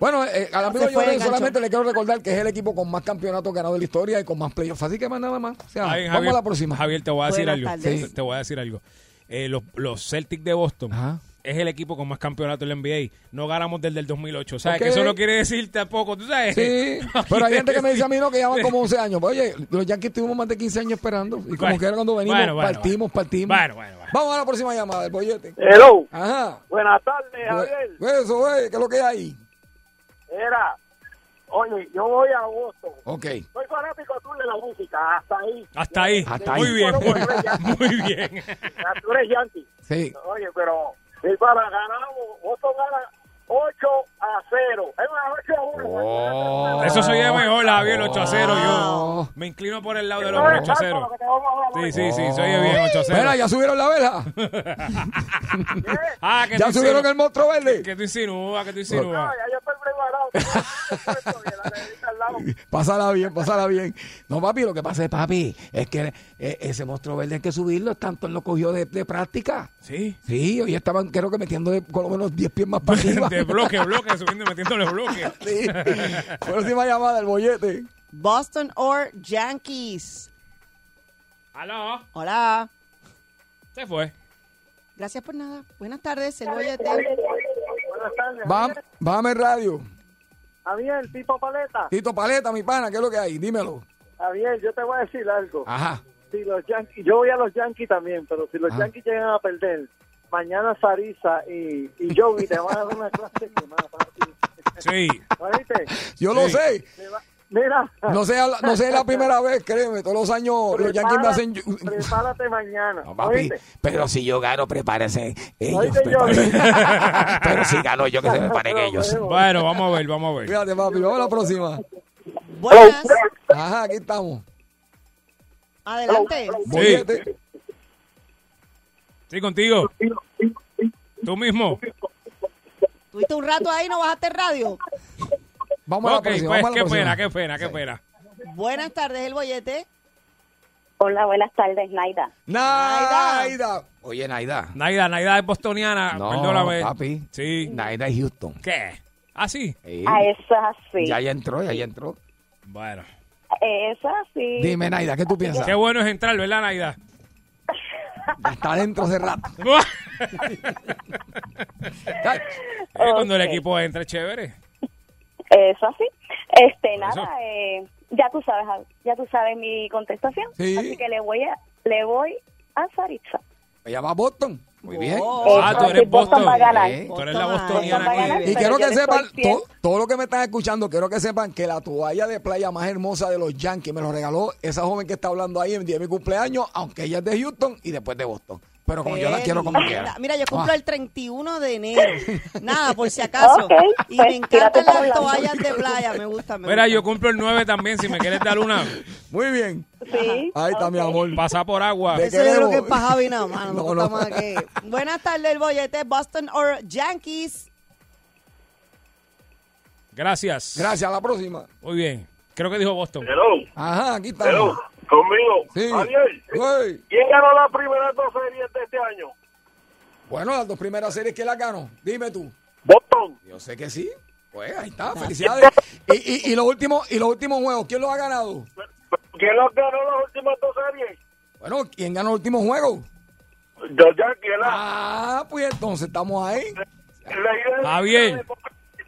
Bueno, eh, al amigo
Se fue,
Lloren
enganchó.
solamente le quiero recordar que es el equipo con más campeonatos ganados de la historia y con más playoffs. Así que más nada más. O sea,
Ay,
vamos a la próxima.
Javier, te voy a decir
Buenas
algo.
tardes.
Te- Te voy a decir algo. Eh, los, los Celtics de Boston
Ajá.
es el equipo con más campeonatos en la NBA. No ganamos desde el 2008. O sea,
Ok.
que eso no quiere decir tampoco, tú sabes.
Sí,
*laughs* No
pero hay
quiere
gente que me dice a mí no, que ya van
decir- *laughs*
como 11 años. Pues, oye, los Yankees estuvimos más de 15 años esperando. Y como
Bueno,
que era cuando venimos,
bueno, bueno,
partimos,
bueno.
partimos.
Bueno, bueno, bueno.
Vamos a la próxima llamada, el bollete.
Hello,
Ajá.
buenas tardes,
eh, Pues, Eso, güey, ¿qué es lo que hay?
Era,
Oye, yo voy a agosto.
Ok.
Soy fanático tú de la música, hasta ahí.
Hasta ahí.
Hasta
muy
ahí.
bien.
Bueno,
Muy bien.
Ya, Tú eres yankee.
Sí.
Oye, pero si para ganamos, Boston gana 8 a 0. Es una 8 a 1.
Oh,
Eso se oye mejor, Javier, 8 a 0. Yo me inclino por el lado de los 8 a 0. Sí, sí, sí, se oye bien, 8 a 0.
Mira, ya subieron la vela.
Ah, *laughs* que
ya
tú
subieron
insinu-
el monstruo verde.
Que tú insinúas, que tú insinúas.
Ya yo estoy preparado.
*laughs*
*laughs* Pásala bien, pásala bien. No, papi, lo que pasa es, papi, es que eh, ese monstruo verde hay que subirlo. Tanto él lo cogió de, de práctica.
Sí.
Sí, hoy estaban, creo que metiendo de, por lo menos 10 pies más para
*laughs*
arriba.
De bloque, bloque, subiendo y metiéndole bloque.
*laughs* Sí. Próxima llamada, el bollete.
Boston or Yankees.
Aló.
Hola.
Se fue.
Gracias por nada. Buenas tardes, el bollete.
Buenas tardes.
Va- Bájame el radio.
Javier, tipo paleta.
Tito Paleta, mi pana, ¿qué es lo que hay? Dímelo.
Javier, yo te voy a decir algo.
Ajá.
Si los Yankees, yo voy a los Yankees también, pero si los
Ah.
Yankees llegan a perder, mañana Sarisa y, y Joey te van a dar una clase que más, papi.
Sí.
¿Oíste?
Yo lo
Sí.
sé.
Me va- Mira.
No sea, la- no sea la primera vez, créeme. Todos los años los Yankees me hacen.
Prepárate- Prepárate mañana.
No, papi,
¿oíste?
pero si yo gano, prepárense ellos.
Oíste,
prepárense.
Johnny.
*laughs* pero si gano yo, que se preparen ellos.
Bueno, vamos a ver, vamos a ver.
Fíjate, papi, vamos a la próxima.
Buenas.
Ajá, aquí estamos.
Adelante.
Bollete.
Sí, contigo. Tú mismo.
Tuviste un rato ahí, no bajaste el radio.
Vamos a la
Ok,
próxima.
pues
vamos a la
qué
próxima.
pena, qué pena, qué pena.
Buenas tardes, el bollete.
Hola, buenas tardes, Naida.
Naida,
Naida.
Naida. Oye, Naida.
Naida, Naida es bostoniana.
No,
Perdóname.
papi.
Sí.
Naida es Houston.
¿Qué? ¿Ah, sí?
Sí.
Ah, eso es así. Eh,
Ya, ya entró, ya, ya entró.
Bueno.
Eso es así.
Dime, Naida, ¿qué tú piensas?
Qué bueno es entrar, ¿verdad, Naida?
Está adentro hace rato.
Eh, Cuando el
Ok.
equipo entra, es chévere.
Eso así. Este,
Por eso.
nada, eh, ya tú sabes, Javi, ya tú sabes mi contestación.
Sí.
Así que le voy a, le voy a Saritza.
Ella va a Boston. Muy bien.
Oh,
ah,
Eso
tú
así,
eres Boston.
Boston va a ganar.
Eh,
Tú eres la
Boston,
bostoniana.
Boston va a
aquí.
ganar.
Y
Pero
quiero
yo
que
le
sepan,
estoy
to- todo lo que me están escuchando, quiero que sepan que la toalla de playa más hermosa de los Yankees me lo regaló esa joven que está hablando ahí en día de mi cumpleaños, aunque ella es de Houston y después de Boston. Pero como yo la
Qué
quiero como
linda.
quiera.
Eh, Mira, yo cumplo
Ah,
el 31 de
*laughs*
enero. Nada, por si acaso.
Ok,
y
pues,
me
tírate
encantan
para
las
un lado.
toallas de playa, me gustan. me
Mira,
gustan.
yo cumplo el 9 también, si me quieres dar
*laughs*
una.
Muy bien.
Sí.
Ahí está mi amor.
Pasa por agua.
Te
Eso yo creo
queremos.
que es para Javi nada más. no
*laughs* No,
me gusta
no.
más que- Buenas tardes, el bollete. Boston or Yankees.
Gracias.
Gracias, a la próxima.
Muy bien. Creo que dijo Boston.
Hello,
Ajá, aquí está.
hello, conmigo.
Sí.
Javier,
Güey.
¿quién ganó la primera dos series de este año?
Bueno, las dos primeras series que la ganó. Dime tú.
Boston.
Yo sé que sí. Pues ahí está, felicidades. Y, y, y los últimos y los últimos juegos, ¿quién los ha ganado?
¿Quién los ganó las últimas dos series?
Bueno, ¿quién ganó el último juego?
Los Yankees, la
Ah, pues entonces estamos ahí.
la idea-
Javier.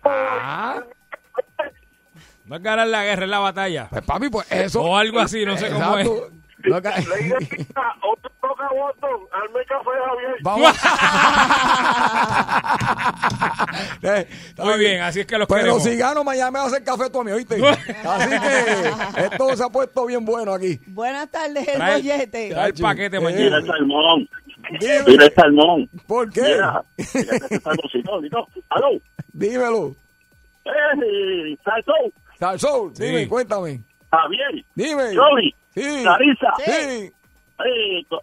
Ah,
No es ganar la guerra, es la batalla.
pues papi, pues eso.
O algo así, no sé cómo es.
Exacto. *laughs* Lo que-
La idea es que a- otro toca a Boston, al café Javier.
*laughs*
Vamos. Eh, está
Muy bien, así es que los
Pero
queremos.
si gano, mañana me va a hacer café tú a mí, ¿oíste?
*laughs*
Así que esto se ha puesto bien bueno aquí.
Buenas tardes, el
Trae-
bollete.
Trae el paquete
Mira
mañana.
el
salmón.
Dime,
salmón. este
¿Por qué?
Aló.
*laughs* Dímelo.
Eh,
Salsón,
Sí.
dime, cuéntame.
Javier.
Dime.
Johnny.
Sí.
Larisa.
Sí.
Eh, co-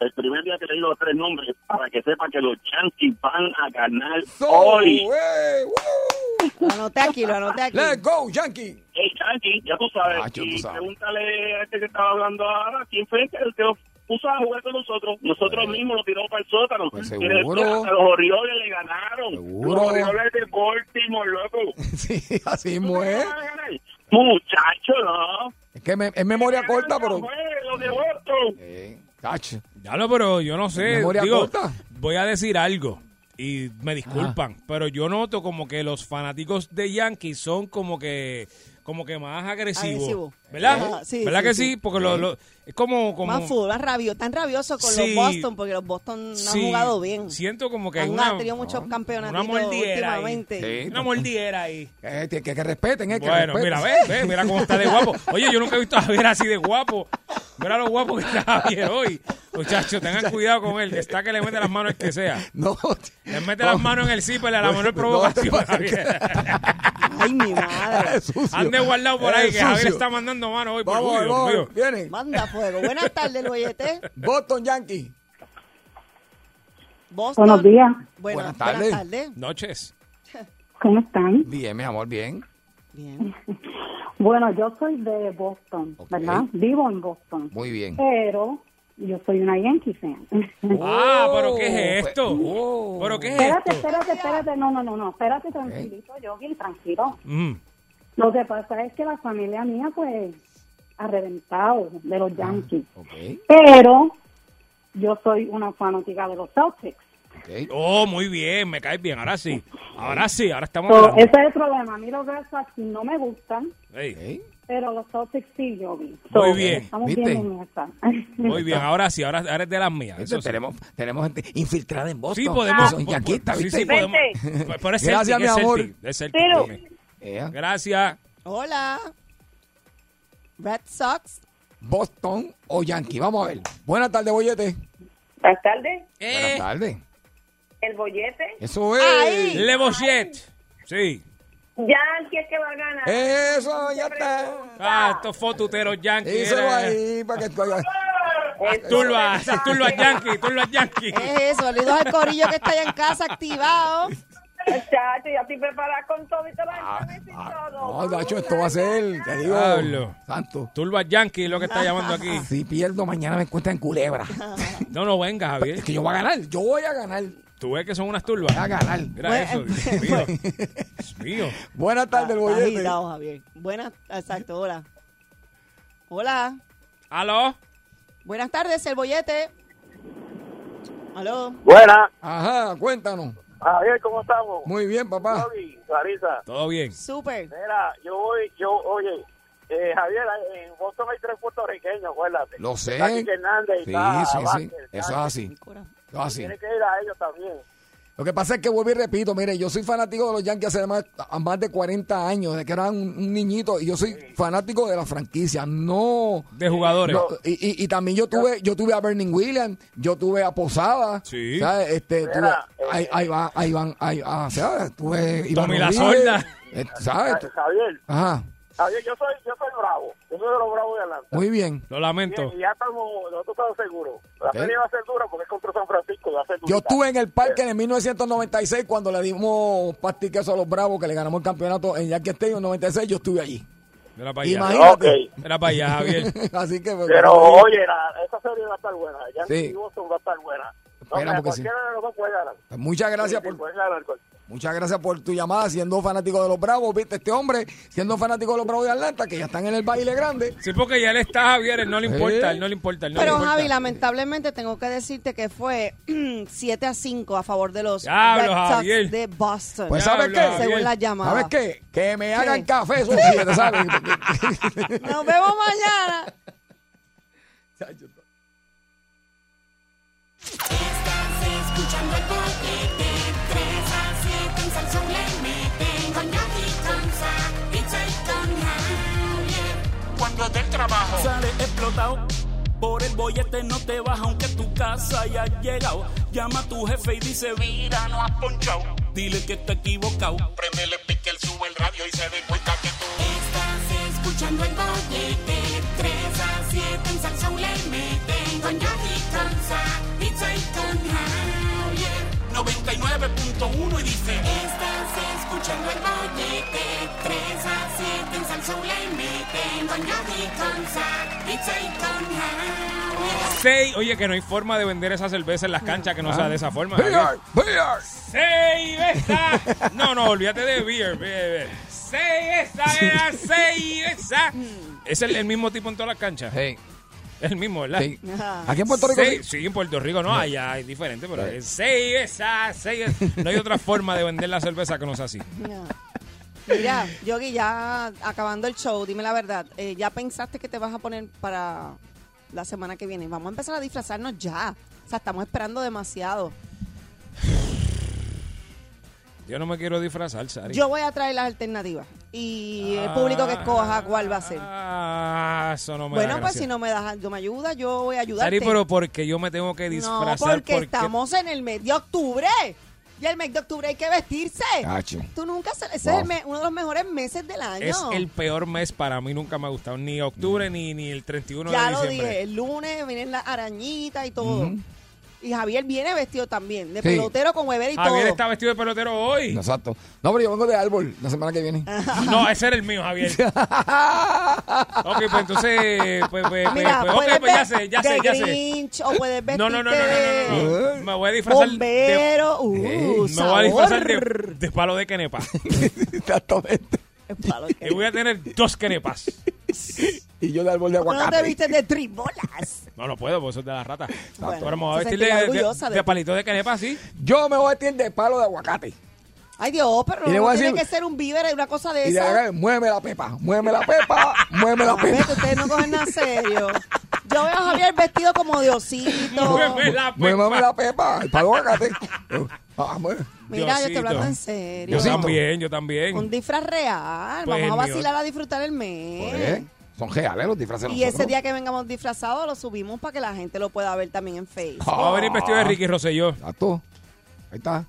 El primer día que leí los tres nombres, para que sepa que los Yankees van a ganar
Sol,
hoy.
eh, woo.
Lo anoté aquí, lo anoté aquí.
Let's go, Yankee.
Hey, Yankee, ya tú sabes.
Ah, yo tú
y
sabes.
pregúntale a este que estaba hablando ahora, ¿quién fue el que nos puso a jugar con nosotros? Nosotros mismos lo tiramos para el sótano.
Pues
Y después
seguro.
a los Orioles le ganaron.
Seguro.
Los Orioles de Baltimore, loco.
*laughs* Sí, así
¿Tú
mismo
crees
es.
que van a ganar? Muchacho, no.
Es que me- es memoria corta, pero.
Los de Boston.
Eh, cacho.
Ya lo, pero yo no sé.
Memoria
Digo,
corta.
voy a decir algo y me disculpan, pero yo noto como que los fanáticos de Yankees son como que como que más agresivo.
Agresivo.
¿Verdad?
Ajá, sí,
¿Verdad
sí,
que
sí.
sí? Porque lo, lo- es como... como
Más full, más rabio, tan rabioso con
Sí.
los Boston, porque los Boston no
Sí,
han jugado bien.
Siento como que hay
han
una,
tenido muchos campeonatos
una mordiera ahí.
últimamente.
Sí.
Una mordiera ahí.
Eh, que, que respeten, eh, que
Bueno,
respeten.
mira, ve, ve, mira cómo está de guapo. Oye, yo nunca he visto a Javier así de guapo. Mira lo guapo que está Javier hoy. Muchachos, tengan cuidado con él, que está que le mete las manos el que sea.
No.
Le mete las manos en el zipper a la
No,
menor
no,
provocación.
no,
Javier.
*laughs* Ay,
*laughs*
mi madre.
Ande guardado por ahí,
Eres
que Javier
sucio.
está mandando mano hoy. Por
Vamos,
Dios
vamos,
mío.
viene.
Manda fuego. Buenas tardes, el bollete.
Boston Yankee.
Boston.
Buenos días.
Buenas,
Buenas tardes.
buenas tardes.
Noches.
¿Cómo están?
Bien, mi amor, bien.
Bueno, yo soy de Boston, ¿verdad? Vivo en Boston.
Muy bien.
Pero yo soy una Yankee fan. *laughs*
Ah, pero ¿qué
Oh,
es esto? ¿Pero qué es
espérate,
esto?
espérate, espérate. No, no, no, no. Espérate tranquilito, Yogi, tranquilo.
Mm.
Lo que pasa es que la familia mía, pues, ha reventado de
Ah.
los Yankees. Pero yo soy una fanática de los Celtics.
Oh, muy bien, me caes bien. Ahora sí. Ahora sí, ahora estamos.
So,
hablando.
ese es el problema. A mí los Red Sox no me gustan,
Ey.
pero los Celtics sí, Yogi.
Muy bien.
Estamos
¿Viste?
bien en esa.
*laughs* Muy bien, ahora sí, ahora, ahora es de las mías.
Viste, tenemos- tenemos gente infiltrada en Boston.
Sí, podemos.
Son yanquistas,
sí,
¿viste?
sí, podemos. Pero- pero es
Gracias,
Celtic,
mi
es
amor.
Celtic, es Celtic,
Pero-
dime. Gracias.
Hola. Red Sox.
Boston o Yankee. Vamos a ver. Buenas tardes, Bollete.
*laughs* Buenas tardes.
Eh,
Buenas tardes.
El bollete.
Eso es.
Le Bochet. Sí.
Yankee es que va a ganar.
Eh,
Eso, ya está.
Ah, estos fotuteros yankees.
Díselo
era-
ahí para que tú hagas.
Turbas, esas turbas yankees, turbas yankees.
Es eso, saludos al corillo que está allá en casa activado.
*laughs* Chacho, ya estoy preparada con todo y te va
Ah,
a
No, Nacho, Ah, esto va a ser, te digo.
Diablo.
Santo.
Turbas yankees lo que está llamando aquí.
Si pierdo, mañana me encuentran en culebra.
No, no vengas, Javier.
Es que yo voy a ganar, yo voy a ganar.
Tú ves que son unas turbas.
a ganar.
Mira eso,
Bueno,
Dios mío.
Pues,
Dios mío.
Buenas tardes, el
Está
bollete.
agitado, Javier. Buenas, exacto, hola. Hola.
¿Aló?
Buenas tardes, el bollete. Aló.
Buena.
Ajá, cuéntanos.
Javier, ¿cómo estamos?
Muy bien, papá.
Yogi, Clarisa.
Todo bien.
Súper.
Mira, yo voy, yo, oye, eh, Javier, en Boston hay tres puertorriqueños, acuérdate.
Lo sé.
Está Quique Hernández y
Sí,
está
sí, sí.
Vázquez,
Eso es
¿sabes?
así. Eso es así.
Tiene que ir a ellos también.
Lo que pasa es que vuelvo y repito, mire, yo soy fanático de los Yankees hace más, a más de 40 años, desde que era un, un niñito, y yo soy fanático de la franquicia, no...
De jugadores.
no, y, y- y también yo tuve yo tuve a Bernie Williams, yo tuve a Posada,
Sí.
¿sabes? Este, tuve
Mira,
a, a Iván, a Iván- a- a- ah, ¿sabes? Tuve a Iván
Tommy La
Rodríguez,
Sorda.
eh, ¿Sabes?
Ja- Javier,
Ajá,
Javier, yo soy, yo soy bravo. Yo soy de los bravos de Atlanta.
muy bien.
Lo lamento.
Bien, y ya estamos, nosotros estamos seguros. La
Ok.
serie va a ser dura porque es contra San Francisco y va a ser
Yo
dura.
estuve en el
Eh.
parque en el 1996 cuando le dimos pastiqueso a los Bravos que le ganamos el campeonato en Yankee Stadium en 96, yo estuve allí. *laughs*
Mira para allá.
Imagínate.
Mira para allá, Javier.
Así que pues,
Pero oye, la, esa serie va a estar buena. Ya
Sí.
y Boston va a estar buena. No,
Esperamos
mira,
que sí.
cualquiera de los dos puede ganar.
Pues muchas gracias
Sí, pues.
por
sí, puede ganar.
muchas gracias por tu llamada, siendo fanático de los Bravos, viste este hombre, siendo fanático de los Bravos de Atlanta, que ya están en el baile grande.
Sí, porque ya él está, Javier, él no le importa,
Eh.
él no le importa, él no
Pero
le importa.
Javi, lamentablemente tengo que decirte que fue *clears throat* 7 a 5 a favor de los
Diablo,
Red Sox
Javier.
de Boston.
Pues sabes
Diablo,
qué,
Javier.
Según la llamada.
¿Sabes qué? Que me hagan
Sí.
café esos siete,
*laughs*
¿sabes? *laughs*
Nos vemos mañana.
Estás escuchando el bollete. 3 a 7 en Salsón le meten. Con Yogi, con Sal, pizza y con Javier.
Cuando del trabajo sale explotado. Por el bollete no te baja aunque tu casa haya llegado. Llama a tu jefe y dice, mira, no has ponchado. Dile que está equivocado. Premele pique, él sube el radio y se dé cuenta que tú...
Estás escuchando el bollete. 3 a 7 en Salsón le meten. Con Yogi, con Sal, pizza y con Javier.
99.1 y dice...
Estás escuchando el bollete. 3 a 7 en Salsón le meten. Con Yogi, con Sal, pizza y con Javier.
Seis, oye, que no hay forma de vender esa cerveza en las canchas que no sea de esa forma. Javier.
Beer, beer.
Seis, esa. No, no, olvídate de beer. beer, beer. Seis, esa era seis, esa. Es el, el mismo tipo en todas las canchas.
Hey,
Es el mismo, ¿verdad?
hey. Aquí en Puerto Rico
Seis- sí, en Puerto Rico no, allá es diferente, pero es seis, esa, seis. esa. No hay otra forma de vender la cerveza que no sea así.
Mira, Yogi, ya acabando el show, dime la verdad. eh, ¿Ya pensaste que te vas a poner para la semana que viene? Vamos a empezar a disfrazarnos ya. O sea, estamos esperando demasiado.
Yo no me quiero disfrazar, Sari.
Yo voy a traer las alternativas y el
Ah.
público que escoja cuál va a ser.
Ah, eso no me
bueno,
da
pues
gracia.
si no me das, yo me ayuda, yo voy a ayudarte.
Sari, pero porque yo me tengo que
no,
disfrazar.
porque, estamos en el mes de octubre. Y el mes de octubre hay que vestirse.
Ah,
Cacho.
Tú nunca se- ese
Wow.
es el mes- uno de los mejores meses del año. Mm.
Es el peor mes para mí, nunca me ha gustado. Ni octubre ni, ni el 31
ya
de
lo
diciembre.
dije, el lunes vienen las arañitas y todo. Y Javier viene vestido también, de
Sí.
pelotero con huevera y
Javier
todo.
está vestido de pelotero hoy.
Exacto. No, pero yo vengo de árbol la semana que viene.
Ah.
*laughs*
No, ese era el mío,
*laughs*
Javier. ok, pues entonces, pues, pues, pues,
Ah, Mira,
pues, ok,
puedes
pues ya
ver
sé, ya
de
sé, ya sé.
Grinch, O puedes vestirte
No, no, no, no,
de
no, no, no, Me voy a disfrazar de...
bombero. uh,
Me voy a disfrazar
sabor.
de, de palo de quenepa.
Exactamente.
Y voy a tener dos quenepas.
y yo de árbol de
No te vistes de tribolas.
No, no puedo, porque eso es de la rata.
Bueno,
Pero me voy a
se
vestir de,
sentirá
de-
orgullosa de
de
ti.
palito de quenepa, sí.
Yo me voy a vestir de palo de aguacate.
Ay, Dios, pero
Y le
no
voy a
tiene
decir-
que ser un víver, una cosa de
Y le
esa.
haga, muéveme la pepa, muéveme la pepa, muéveme la pepa.
Ustedes no cogen nada serio. Yo veo a Javier vestido
*laughs*
como Diosito.
Muéveme la pepa, el palo de aguacate. *laughs* Ah, mueve.
Mira, yo te
Diosito.
hablando en serio.
Yo también, yo también.
Un disfraz real.
Pues,
Vamos a
mi
vacilar a disfrutar el mes.
Pues,
¿Eh? Son reales los disfraces. de
Y ese
nosotros.
día que vengamos disfrazados lo subimos para que la gente lo pueda ver también en Facebook.
Voy a venir vestido
Ah.
de Ricky Rosselló.
Exacto. Ahí está.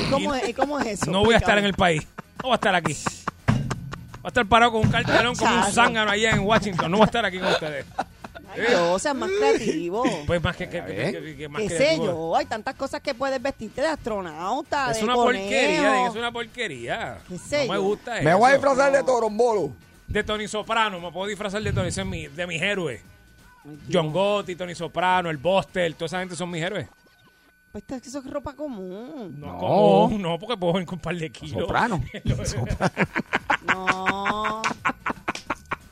¿Y cómo es, y cómo es eso?
No voy a estar en el país. No voy a estar aquí. Voy a estar parado con un cartelón como un
Chacho.
zángano allá en Washington. No voy a estar aquí con ustedes.
O sea, más creativo.
Pues más que... que, que-
ver.
que- que- más
¿Qué
que-
sé yo? Hay tantas cosas que puedes vestirte de astronauta,
Es
de
una
conejo.
porquería, es una porquería.
sé
No me
yo?
gusta
Me voy a
eso.
disfrazar de torombolo.
De Tony Soprano, me puedo disfrazar de Tony, ese es mi- de mis héroes. John Gotti, Tony Soprano, el Buster, toda esa gente son mis héroes.
Pues es que eso es ropa común.
No,
No.
como- no porque puedo venir con un par de kilos.
Soprano.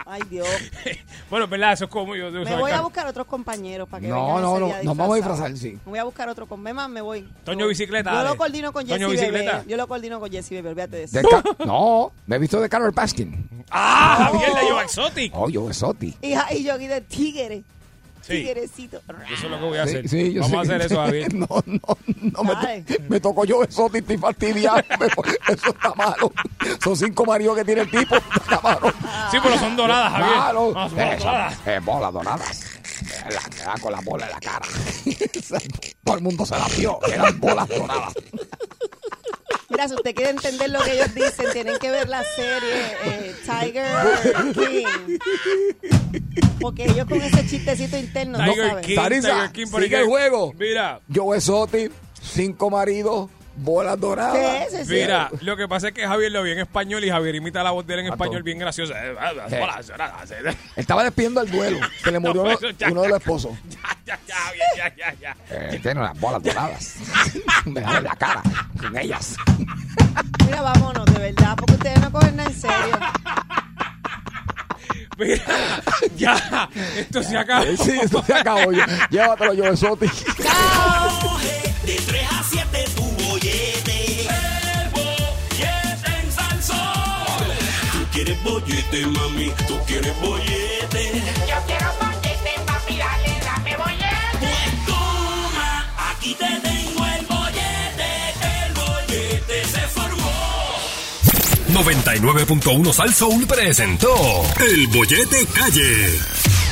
Ay, Dios.
*laughs* bueno, es verdad, eso es como yo.
Me voy a buscar otros compañeros para que
No,
vengan
no,
ese
no.
día
Nos vamos a
disfrazados.
disfrazar, sí.
Me voy a buscar otro con Mema, me voy.
Toño Bicicleta.
Yo lo
dale.
coordino con
Toño
Jesse
Bicicleta.
Bebé. Yo lo coordino con Jesse Bebé, olvídate de eso.
De Ca- no, me he visto de Carol Baskin.
¡Ah, Javier de Yo Exotic!
Oh, yo, Soti.
Y, y yo aquí de tigre.
Sí.
Tigrecito.
Eso es lo que voy a
Sí,
hacer.
sí, yo
Vamos
sé.
a hacer eso,
*laughs*
Javier.
*laughs* No, no, no. Me, to- me tocó yo Soti, estoy fastidiado. *laughs* Me- Eso está malo. Son cinco maridos que tiene el tipo. Está malo.
Sí, pero son doradas, Javier.
Claro.
No, son bolas
Eh,
doradas.
eh, bolas doradas. Eh, La, me da con la bola en la cara. *laughs* Todo el mundo se la vio. Eran bolas doradas.
Mira, si usted quiere entender lo que ellos dicen, tienen que ver la serie eh, Tiger King. Porque ellos con ese chistecito interno no
Tiger
saben.
King, Tiger King por
sigue
ahí.
el juego.
Mira.
Yo Soti, cinco maridos, bolas doradas.
Mira, lo que pasa es que Javier lo vi en español y Javier imita la voz de él en español bien graciosa. Eh,
Sí.
*laughs*
Estaba despidiendo al duelo. Se le murió
No,
uno,
eso ya,
uno de los esposos.
Ya, ya, ya, ya, ya.
Eh, tiene las
*laughs*
bolas doradas. *laughs* Me da en la cara con ellas.
Mira, vámonos, de verdad, porque ustedes no cogen nada en serio.
Mira, *laughs* ya, esto se acabó.
Eh, Sí, esto se acabó. Lle- Llévatelo, yo Soti.
De 3 a 7 tu bollete. El bollete en salsón. Tú quieres bollete, mami. Tú quieres bollete. Yo quiero bollete, papi. Dale, dame bollete. Pues toma, aquí te tengo el bollete. El bollete se formó.
99.1 Sal Soul presentó El Bollete Calle.